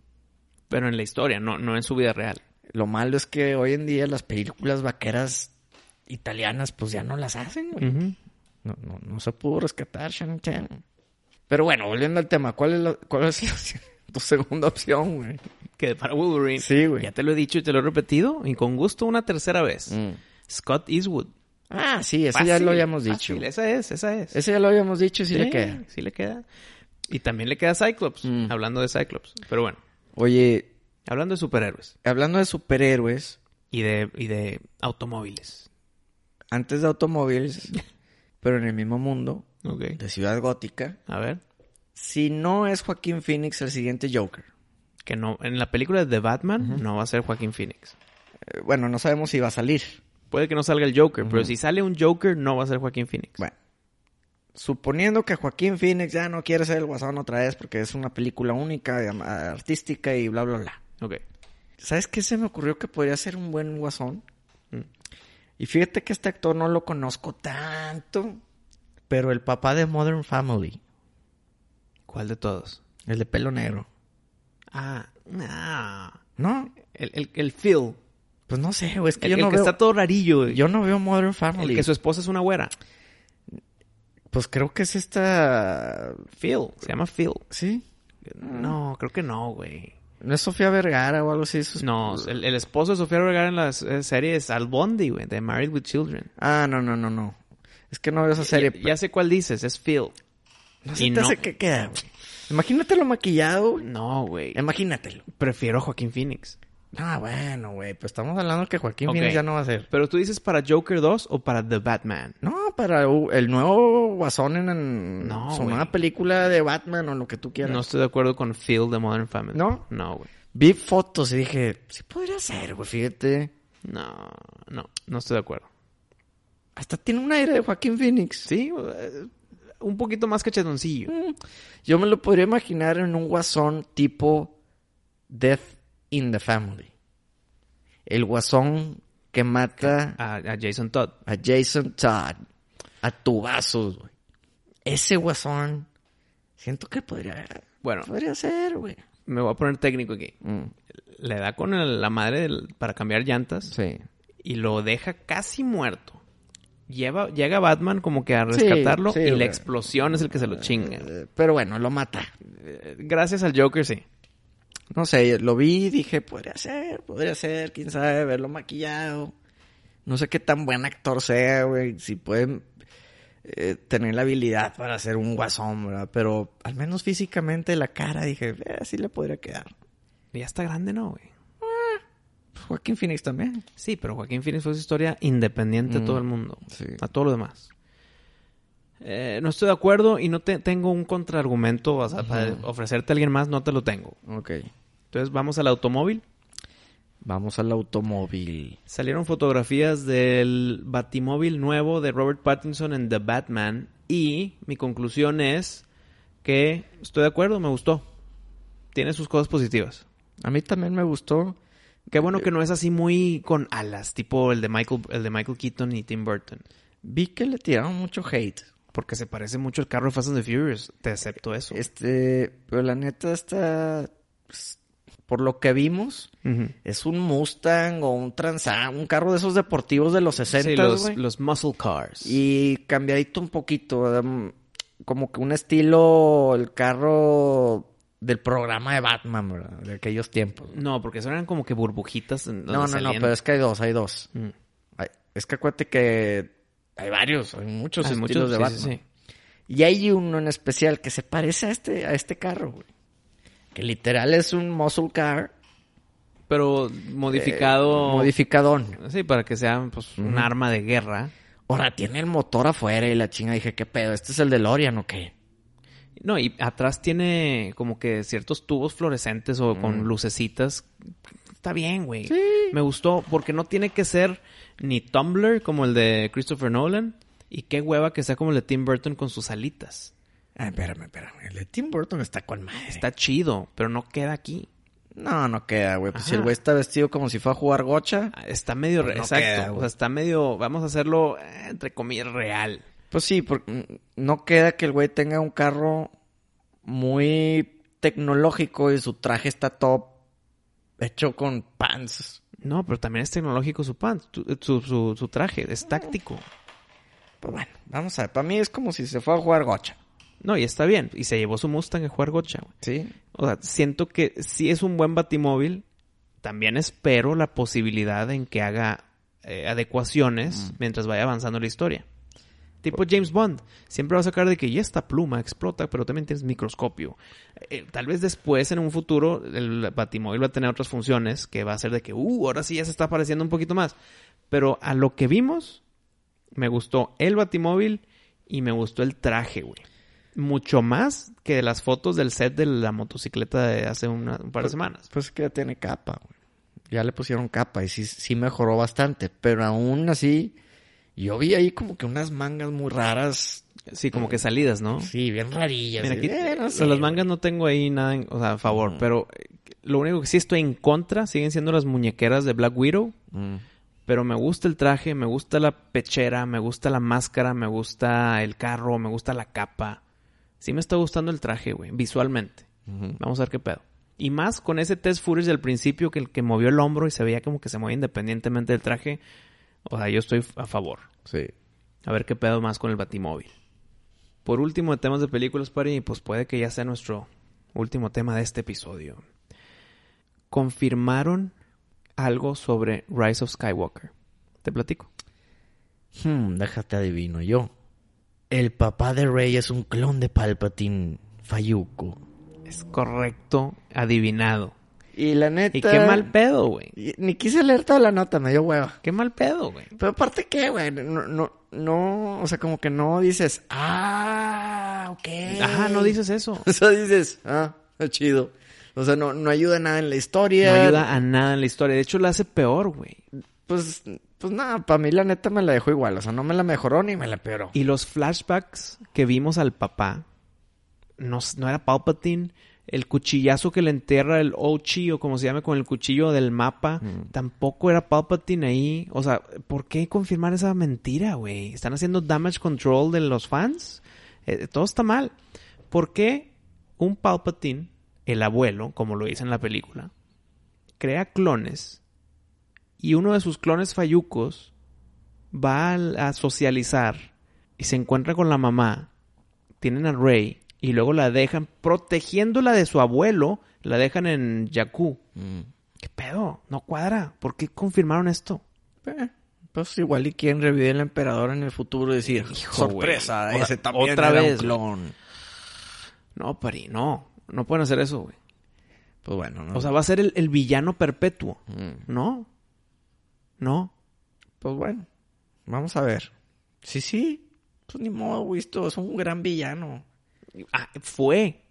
[SPEAKER 1] Pero en la historia, no, no en su vida real.
[SPEAKER 3] Lo malo es que hoy en día las películas vaqueras italianas pues ya no las hacen,
[SPEAKER 1] Mm.
[SPEAKER 3] güey. No, no, no se pudo rescatar Shannon Chan. Pero bueno, volviendo al tema, ¿cuál es, la- cuál es la opción- tu segunda opción, güey?
[SPEAKER 1] Que para Wolverine.
[SPEAKER 3] Sí, güey. Mm.
[SPEAKER 1] Ya te lo he dicho y te lo he repetido. Y con gusto una tercera vez. Scott Eastwood.
[SPEAKER 3] Ah, sí, eso
[SPEAKER 1] Mm. Fácil,
[SPEAKER 3] ya lo habíamos dicho.
[SPEAKER 1] fácil. Esa es, esa es.
[SPEAKER 3] Ese ya lo habíamos dicho, sí, le queda.
[SPEAKER 1] Sí le queda. Y también le queda Cyclops.
[SPEAKER 3] Mm.
[SPEAKER 1] Hablando de Cyclops. Pero bueno,
[SPEAKER 3] Oye,
[SPEAKER 1] hablando de superhéroes.
[SPEAKER 3] hablando de superhéroes,
[SPEAKER 1] Y de, y de automóviles.
[SPEAKER 3] antes de automóviles, pero en el mismo mundo,
[SPEAKER 1] Ok.
[SPEAKER 3] de Ciudad Gótica,
[SPEAKER 1] A ver.
[SPEAKER 3] si no es Joaquín Phoenix el siguiente Joker.
[SPEAKER 1] Que no, en la película de Batman no va a ser Joaquín Phoenix.
[SPEAKER 3] eh, Bueno, no sabemos si va a salir.
[SPEAKER 1] Puede que no salga el Joker, pero si sale un Joker no va a ser Joaquín Phoenix.
[SPEAKER 3] Bueno, suponiendo que Joaquín Phoenix ya no quiere ser el Guasón otra vez porque es una película única, am- artística y bla, bla, bla.
[SPEAKER 1] Ok.
[SPEAKER 3] ¿Sabes qué se me ocurrió que podría ser un buen Guasón?
[SPEAKER 1] Mm.
[SPEAKER 3] Y fíjate que este actor no lo conozco tanto, pero el papá de Modern Family,
[SPEAKER 1] ¿Cuál de todos?
[SPEAKER 3] el de pelo negro.
[SPEAKER 1] Ah, ah.
[SPEAKER 3] No,
[SPEAKER 1] El, el, el Phil.
[SPEAKER 3] pues no sé, güey, es que
[SPEAKER 1] El,
[SPEAKER 3] yo
[SPEAKER 1] el
[SPEAKER 3] no
[SPEAKER 1] que
[SPEAKER 3] veo...
[SPEAKER 1] está todo rarillo.
[SPEAKER 3] Yo no veo Modern Family.
[SPEAKER 1] El que su esposa es una güera.
[SPEAKER 3] Pues creo que es esta...
[SPEAKER 1] Phil. Se llama Phil.
[SPEAKER 3] ¿Sí? Mm.
[SPEAKER 1] No, creo que no, güey.
[SPEAKER 3] ¿No es Sofía Vergara o algo así? Sus-
[SPEAKER 1] No, el, el esposo de Sofía Vergara en la s- eh, serie es Al Bondi, güey, de Married with Children.
[SPEAKER 3] Ah, no, no, no, no. Es que no veo esa serie.
[SPEAKER 1] Ya, ya sé cuál dices, es Phil.
[SPEAKER 3] No se
[SPEAKER 1] Y
[SPEAKER 3] te
[SPEAKER 1] no.
[SPEAKER 3] hace que queda, güey. Imagínatelo maquillado, güey.
[SPEAKER 1] No, güey.
[SPEAKER 3] Imagínatelo.
[SPEAKER 1] Prefiero a Joaquín Phoenix.
[SPEAKER 3] Ah, bueno, güey. Pues estamos hablando que Joaquín
[SPEAKER 1] Ok.
[SPEAKER 3] Phoenix ya no va a ser.
[SPEAKER 1] Pero tú dices para Joker 2 o para The Batman.
[SPEAKER 3] No, para u- el nuevo Guasón en, en
[SPEAKER 1] No,
[SPEAKER 3] su
[SPEAKER 1] güey.
[SPEAKER 3] nueva película de Batman o lo que tú quieras.
[SPEAKER 1] No estoy de acuerdo con Phil de Modern Family.
[SPEAKER 3] ¿No?
[SPEAKER 1] No, güey.
[SPEAKER 3] Vi fotos y dije, sí podría ser, güey, fíjate.
[SPEAKER 1] No, no, no estoy de acuerdo.
[SPEAKER 3] Hasta tiene un aire de Joaquín Phoenix.
[SPEAKER 1] Sí, eh, un poquito más cachetoncillo.
[SPEAKER 3] Yo me lo podría imaginar en un guasón tipo Death in the Family. El guasón que mata
[SPEAKER 1] A, a Jason Todd.
[SPEAKER 3] a Jason Todd a tubazos, güey. Ese guasón, siento que podría,
[SPEAKER 1] Bueno,
[SPEAKER 3] podría ser, güey. Mm,
[SPEAKER 1] me voy a poner técnico aquí. Le da con el- la madre del- para cambiar llantas
[SPEAKER 3] Sí.
[SPEAKER 1] y lo deja casi muerto. Lleva, llega Batman como que a rescatarlo
[SPEAKER 3] sí,
[SPEAKER 1] y la
[SPEAKER 3] güey.
[SPEAKER 1] explosión es el que se lo chinga.
[SPEAKER 3] Eh, Pero bueno, lo mata.
[SPEAKER 1] Eh, Gracias al Joker, sí.
[SPEAKER 3] No sé, lo vi y dije, podría
[SPEAKER 6] ser, podría ser, quién sabe, verlo maquillado. No sé qué tan buen actor sea, güey. Si pueden eh, tener la habilidad para hacer un guasón, ¿verdad? Pero al menos físicamente la cara, dije, eh, así le podría quedar.
[SPEAKER 1] Ya está grande, ¿no, güey?
[SPEAKER 6] Joaquín Phoenix también.
[SPEAKER 1] Sí, pero Joaquín Phoenix fue su historia independiente a todo el mundo.
[SPEAKER 3] Mm, Sí.
[SPEAKER 1] A todo lo demás. Eh, no estoy de acuerdo y no te- tengo un contraargumento o sea, para ofrecerte a alguien más, no te lo tengo.
[SPEAKER 3] Ok.
[SPEAKER 1] Entonces vamos al automóvil.
[SPEAKER 3] Vamos al automóvil.
[SPEAKER 1] Salieron fotografías del batimóvil nuevo de Robert Pattinson en The Batman y mi conclusión es que estoy de acuerdo, me gustó. Tiene sus cosas positivas.
[SPEAKER 3] A mí también me gustó.
[SPEAKER 1] Qué bueno que no es así muy con alas, tipo el de Michael, el de Michael Keaton y Tim Burton.
[SPEAKER 3] Vi que le tiraron mucho hate.
[SPEAKER 1] Porque se parece mucho al carro de Fast and the Furious. Te acepto eso.
[SPEAKER 3] Este, pero la neta está... pues, Por lo que vimos,
[SPEAKER 1] Ujú.
[SPEAKER 3] es un Mustang o un Transam, un carro de esos deportivos de los 60,
[SPEAKER 1] Sí, los,
[SPEAKER 3] güey.
[SPEAKER 1] los muscle cars.
[SPEAKER 3] Y cambiadito un poquito, ¿verdad? Mm, como que un estilo, el carro del programa de Batman, ¿verdad? De aquellos tiempos.
[SPEAKER 1] No, porque son eran como que burbujitas. en donde
[SPEAKER 3] No, no, no,
[SPEAKER 1] salían.
[SPEAKER 3] pero es que hay dos, hay dos.
[SPEAKER 1] Mm.
[SPEAKER 3] Hay- es que acuérdate que hay varios, hay muchos
[SPEAKER 1] Hay
[SPEAKER 3] estilos
[SPEAKER 1] muchos,
[SPEAKER 3] de
[SPEAKER 1] sí,
[SPEAKER 3] Batman.
[SPEAKER 1] sí, sí.
[SPEAKER 3] Y hay uno en especial que se parece a este, a este carro, güey. Que literal es un muscle car.
[SPEAKER 1] Pero modificado.
[SPEAKER 3] eh, modificadón.
[SPEAKER 1] Sí, para que sea pues, un arma de guerra.
[SPEAKER 3] Ahora tiene el motor afuera y la chinga. Dije, ¿qué pedo? ¿Este es el de Lorian o qué?
[SPEAKER 1] No, y atrás tiene como que ciertos tubos fluorescentes o con lucecitas. Está bien, güey. Me gustó porque no tiene que ser ni Tumblr como el de Christopher Nolan. Y qué hueva que sea como el de Tim Burton con sus alitas.
[SPEAKER 3] Ah, espérame, espérame. El de Tim Burton está con madre.
[SPEAKER 1] Está chido, pero no queda aquí.
[SPEAKER 3] No, no queda, güey. Pues si el
[SPEAKER 1] Ajá.
[SPEAKER 3] güey está vestido como si fuera a jugar gocha.
[SPEAKER 1] Ah, Está medio... re-
[SPEAKER 3] No
[SPEAKER 1] exacto.
[SPEAKER 3] queda, güey.
[SPEAKER 1] o sea, está medio... Vamos a hacerlo, eh, entre comillas, real.
[SPEAKER 3] Pues sí, porque mm, no queda que el güey tenga un carro muy tecnológico y su traje está top hecho con pants.
[SPEAKER 1] No, pero también es tecnológico su pan, tu- eh, su, su- su traje. Es táctico.
[SPEAKER 3] Pues bueno, vamos a ver. Para mí es como si se fuera a jugar gocha.
[SPEAKER 1] No, y está bien. Y se llevó su Mustang a jugar gocha, güey.
[SPEAKER 3] Sí.
[SPEAKER 1] O sea, siento que si es un buen batimóvil, también espero la posibilidad en que haga eh, adecuaciones mientras vaya avanzando la historia. Tipo James Bond. Siempre va a sacar de que ya esta pluma explota, pero también tienes microscopio. Eh, tal vez después, en un futuro, el batimóvil va a tener otras funciones que va a ser de que, uh, ahora sí ya se está pareciendo un poquito más. Pero a lo que vimos, me gustó el batimóvil y me gustó el traje, güey. Mucho más que de las fotos del set de la motocicleta de hace una- un par de semanas.
[SPEAKER 3] Pues es que ya tiene capa, güey. Ya le pusieron capa y sí, sí mejoró bastante. Pero aún así, yo vi ahí como que unas mangas muy raras.
[SPEAKER 1] Sí, como que salidas, ¿no?
[SPEAKER 3] Sí, bien rarillas.
[SPEAKER 1] Mira,
[SPEAKER 3] Y,
[SPEAKER 1] aquí
[SPEAKER 3] eh, no sé,
[SPEAKER 1] de las
[SPEAKER 3] güey.
[SPEAKER 1] mangas no tengo ahí nada, en- o sea, a favor, pero eh, lo único que sí estoy en contra siguen siendo las muñequeras de Black Widow,
[SPEAKER 3] Mm.
[SPEAKER 1] pero me gusta el traje, me gusta la pechera, me gusta la máscara, me gusta el carro, me gusta la capa. Sí me está gustando el traje, güey, visualmente. Vamos a ver qué pedo. Y más con ese test footage del principio que el que movió el hombro y se veía como que se movía independientemente del traje. O sea, yo estoy a favor.
[SPEAKER 3] Sí.
[SPEAKER 1] A ver qué pedo más con el batimóvil. Por último, de temas de películas, Pari, pues puede que ya sea nuestro último tema de este episodio. Confirmaron algo sobre Rise of Skywalker. Te platico.
[SPEAKER 3] Hmm, déjate adivino yo. El papá de Rey es un clon de Palpatine, Fayuco.
[SPEAKER 1] Es correcto, adivinado.
[SPEAKER 3] Y la neta.
[SPEAKER 1] Y qué mal pedo, güey.
[SPEAKER 3] y- Ni quise leer toda la nota, me dio hueva.
[SPEAKER 1] Qué mal pedo, güey.
[SPEAKER 3] Pero aparte, ¿qué, güey? No, no, no. O sea, como que no dices, ah, ok.
[SPEAKER 1] Ajá, no dices eso.
[SPEAKER 3] O sea, dices, ah, está chido. O sea, no, no ayuda nada en la historia.
[SPEAKER 1] No ayuda a nada en la historia. De hecho, la hace peor, güey.
[SPEAKER 3] Pues, pues nada, para mí la neta me la dejó igual. O sea, no me la mejoró ni me la empeoró.
[SPEAKER 1] Y los flashbacks que vimos al papá, no, s- no era Palpatine. El cuchillazo que le enterra el Ochi o como se llame con el cuchillo del mapa, tampoco era Palpatine ahí. O sea, ¿por qué confirmar esa mentira, güey? ¿Están haciendo damage control de los fans? Eh, todo está mal. ¿Por qué un Palpatine, el abuelo, como lo dice en la película, crea clones y uno de sus clones fallucos va al- a socializar y se encuentra con la mamá, tienen a Rey y luego la dejan protegiéndola de su abuelo, la dejan en Jakku.
[SPEAKER 3] Mm.
[SPEAKER 1] ¿Qué pedo? No cuadra. ¿Por qué confirmaron esto?
[SPEAKER 3] Eh, Pues igual y quieren revivir el emperador en el futuro y decir, sorpresa,
[SPEAKER 1] güey.
[SPEAKER 3] ese
[SPEAKER 1] Otra-
[SPEAKER 3] también
[SPEAKER 1] otra
[SPEAKER 3] era un
[SPEAKER 1] vez.
[SPEAKER 3] clon.
[SPEAKER 1] No, Pari, no. No pueden hacer eso, güey.
[SPEAKER 3] Pues bueno, no. Mm.
[SPEAKER 1] O sea, va a ser el, el villano perpetuo. No. No.
[SPEAKER 3] pues bueno, vamos a ver. Sí, sí, pues ni modo, güey, esto es un gran villano.
[SPEAKER 1] Ah, fue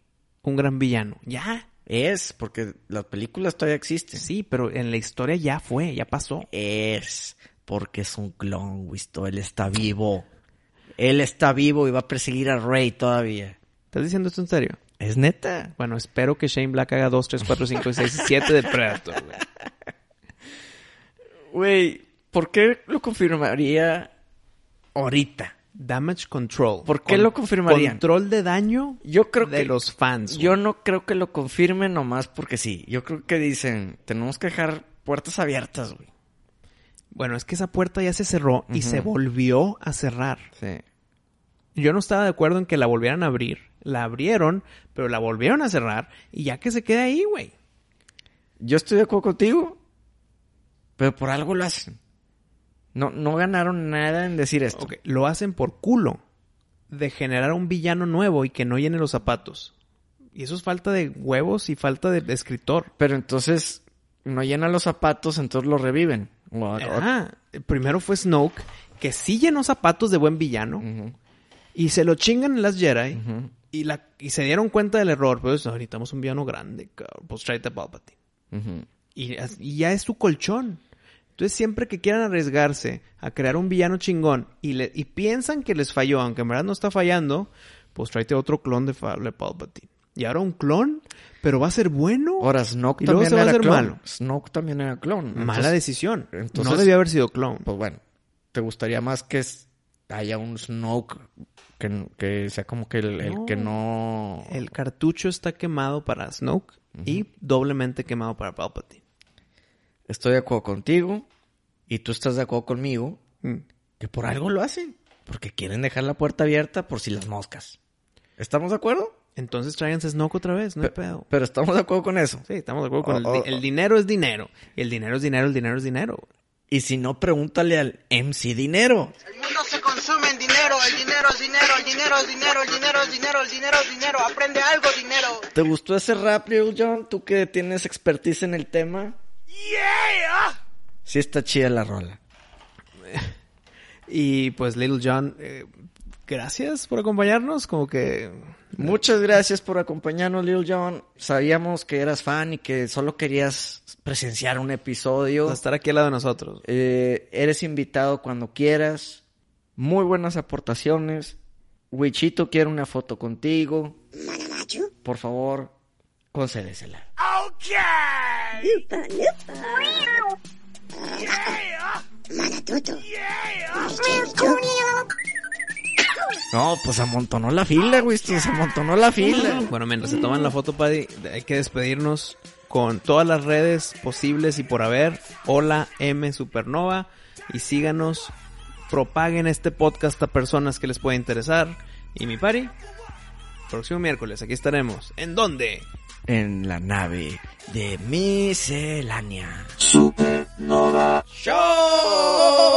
[SPEAKER 1] un gran villano. Ya.
[SPEAKER 3] Es, porque las películas todavía existen.
[SPEAKER 1] Sí, pero en la historia ya fue, ya pasó.
[SPEAKER 3] Es, porque es un clon, güey, esto, él está vivo. Él está vivo y va a perseguir a Rey todavía.
[SPEAKER 1] ¿Estás diciendo esto en serio?
[SPEAKER 3] Es neta.
[SPEAKER 1] Bueno, espero que Shane Black haga 2, 3, 4, 5, 6, 7 de Predator, güey.
[SPEAKER 3] Güey, ¿por qué lo confirmaría ahorita?
[SPEAKER 1] Damage control.
[SPEAKER 3] ¿Por qué lo confirmarían?
[SPEAKER 1] Control de daño
[SPEAKER 3] Yo creo
[SPEAKER 1] de
[SPEAKER 3] que
[SPEAKER 1] los fans.
[SPEAKER 3] Yo
[SPEAKER 1] güey.
[SPEAKER 3] no creo que lo confirmen nomás porque sí. Yo creo que dicen, tenemos que dejar puertas abiertas, güey.
[SPEAKER 1] Bueno, es que esa puerta ya se cerró y se volvió a cerrar.
[SPEAKER 3] Sí.
[SPEAKER 1] Yo no estaba de acuerdo en que la volvieran a abrir. La abrieron, pero la volvieron a cerrar y ya que se quede ahí, güey.
[SPEAKER 3] Yo estoy de acuerdo contigo, pero por algo lo hacen. No, no ganaron nada en decir esto.
[SPEAKER 1] Ok, Lo hacen por culo de generar un villano nuevo y que no llene los zapatos. Y eso es falta de huevos y falta de escritor.
[SPEAKER 3] Pero entonces no llenan los zapatos, entonces lo reviven. O- o-
[SPEAKER 1] Ajá. Primero fue Snoke, que sí llenó zapatos de buen villano.
[SPEAKER 3] Ujú.
[SPEAKER 1] Y se lo chingan en las Jedi. y, la, y se dieron cuenta del error. Pero "No, necesitamos un villano grande. cabrón, Pues tráete a Palpatine.
[SPEAKER 3] Ujú.
[SPEAKER 1] Y, as- y ya es su colchón. Entonces, siempre que quieran arriesgarse a crear un villano chingón y, le- y piensan que les falló, aunque en verdad no está fallando, pues tráete otro clon de, Fa- de Palpatine. Y ahora un clon, pero va a ser bueno.
[SPEAKER 3] Ahora, Snoke
[SPEAKER 1] Y luego
[SPEAKER 3] también
[SPEAKER 1] se va a
[SPEAKER 3] era
[SPEAKER 1] hacer
[SPEAKER 3] clon.
[SPEAKER 1] malo.
[SPEAKER 3] Snoke también era clon.
[SPEAKER 1] Mala
[SPEAKER 3] Entonces,
[SPEAKER 1] decisión.
[SPEAKER 3] entonces-
[SPEAKER 1] no debió haber sido clon.
[SPEAKER 3] Pues bueno, ¿te gustaría más que es- haya un Snoke que, que sea como que el, el
[SPEAKER 1] No.
[SPEAKER 3] que no...
[SPEAKER 1] El cartucho está quemado para Snoke y doblemente quemado para Palpatine.
[SPEAKER 3] Estoy de acuerdo contigo y tú estás de acuerdo conmigo
[SPEAKER 1] Mm.
[SPEAKER 3] que por algo lo hacen. Porque quieren dejar la puerta abierta por si las moscas. ¿Estamos de acuerdo?
[SPEAKER 1] Entonces tráiganse Snoke otra vez, no hay pedo.
[SPEAKER 3] Pero estamos de acuerdo con eso.
[SPEAKER 1] Sí, estamos de acuerdo con el,
[SPEAKER 3] Oh,
[SPEAKER 1] di-
[SPEAKER 3] oh,
[SPEAKER 1] el
[SPEAKER 3] oh.
[SPEAKER 1] dinero es dinero. El dinero es dinero, el dinero es dinero.
[SPEAKER 3] Y si no, pregúntale al MC Dinero.
[SPEAKER 7] El mundo se consume en dinero, el dinero es dinero, el dinero es dinero, el dinero es dinero, el dinero es dinero, aprende algo dinero.
[SPEAKER 3] ¿Te gustó ese rap, Lil Jon? Tú que tienes expertise en el tema.
[SPEAKER 2] Yeah!
[SPEAKER 3] Sí está chida la rola.
[SPEAKER 1] Y pues Little John, eh, gracias por acompañarnos. Como que
[SPEAKER 3] Muchas gracias por acompañarnos, Lil Jon. Sabíamos que eras fan y que solo querías presenciar un episodio.
[SPEAKER 1] vas a estar aquí al lado de nosotros.
[SPEAKER 3] Eh, eres invitado cuando quieras. Muy buenas aportaciones. Wichito quiere una foto contigo. Por favor, concédesela.
[SPEAKER 2] Okay!
[SPEAKER 3] No, pues amontonó la fila, güey. Se amontonó la fila.
[SPEAKER 1] Bueno, mientras se toman la foto, Paddy, hay que despedirnos con todas las redes posibles y por haber. Hola M Supernova y síganos. Propaguen este podcast a personas que les pueda interesar. Y mi pari, próximo miércoles aquí estaremos. ¿En dónde?
[SPEAKER 3] En la nave de miscelánea. Supernova Show.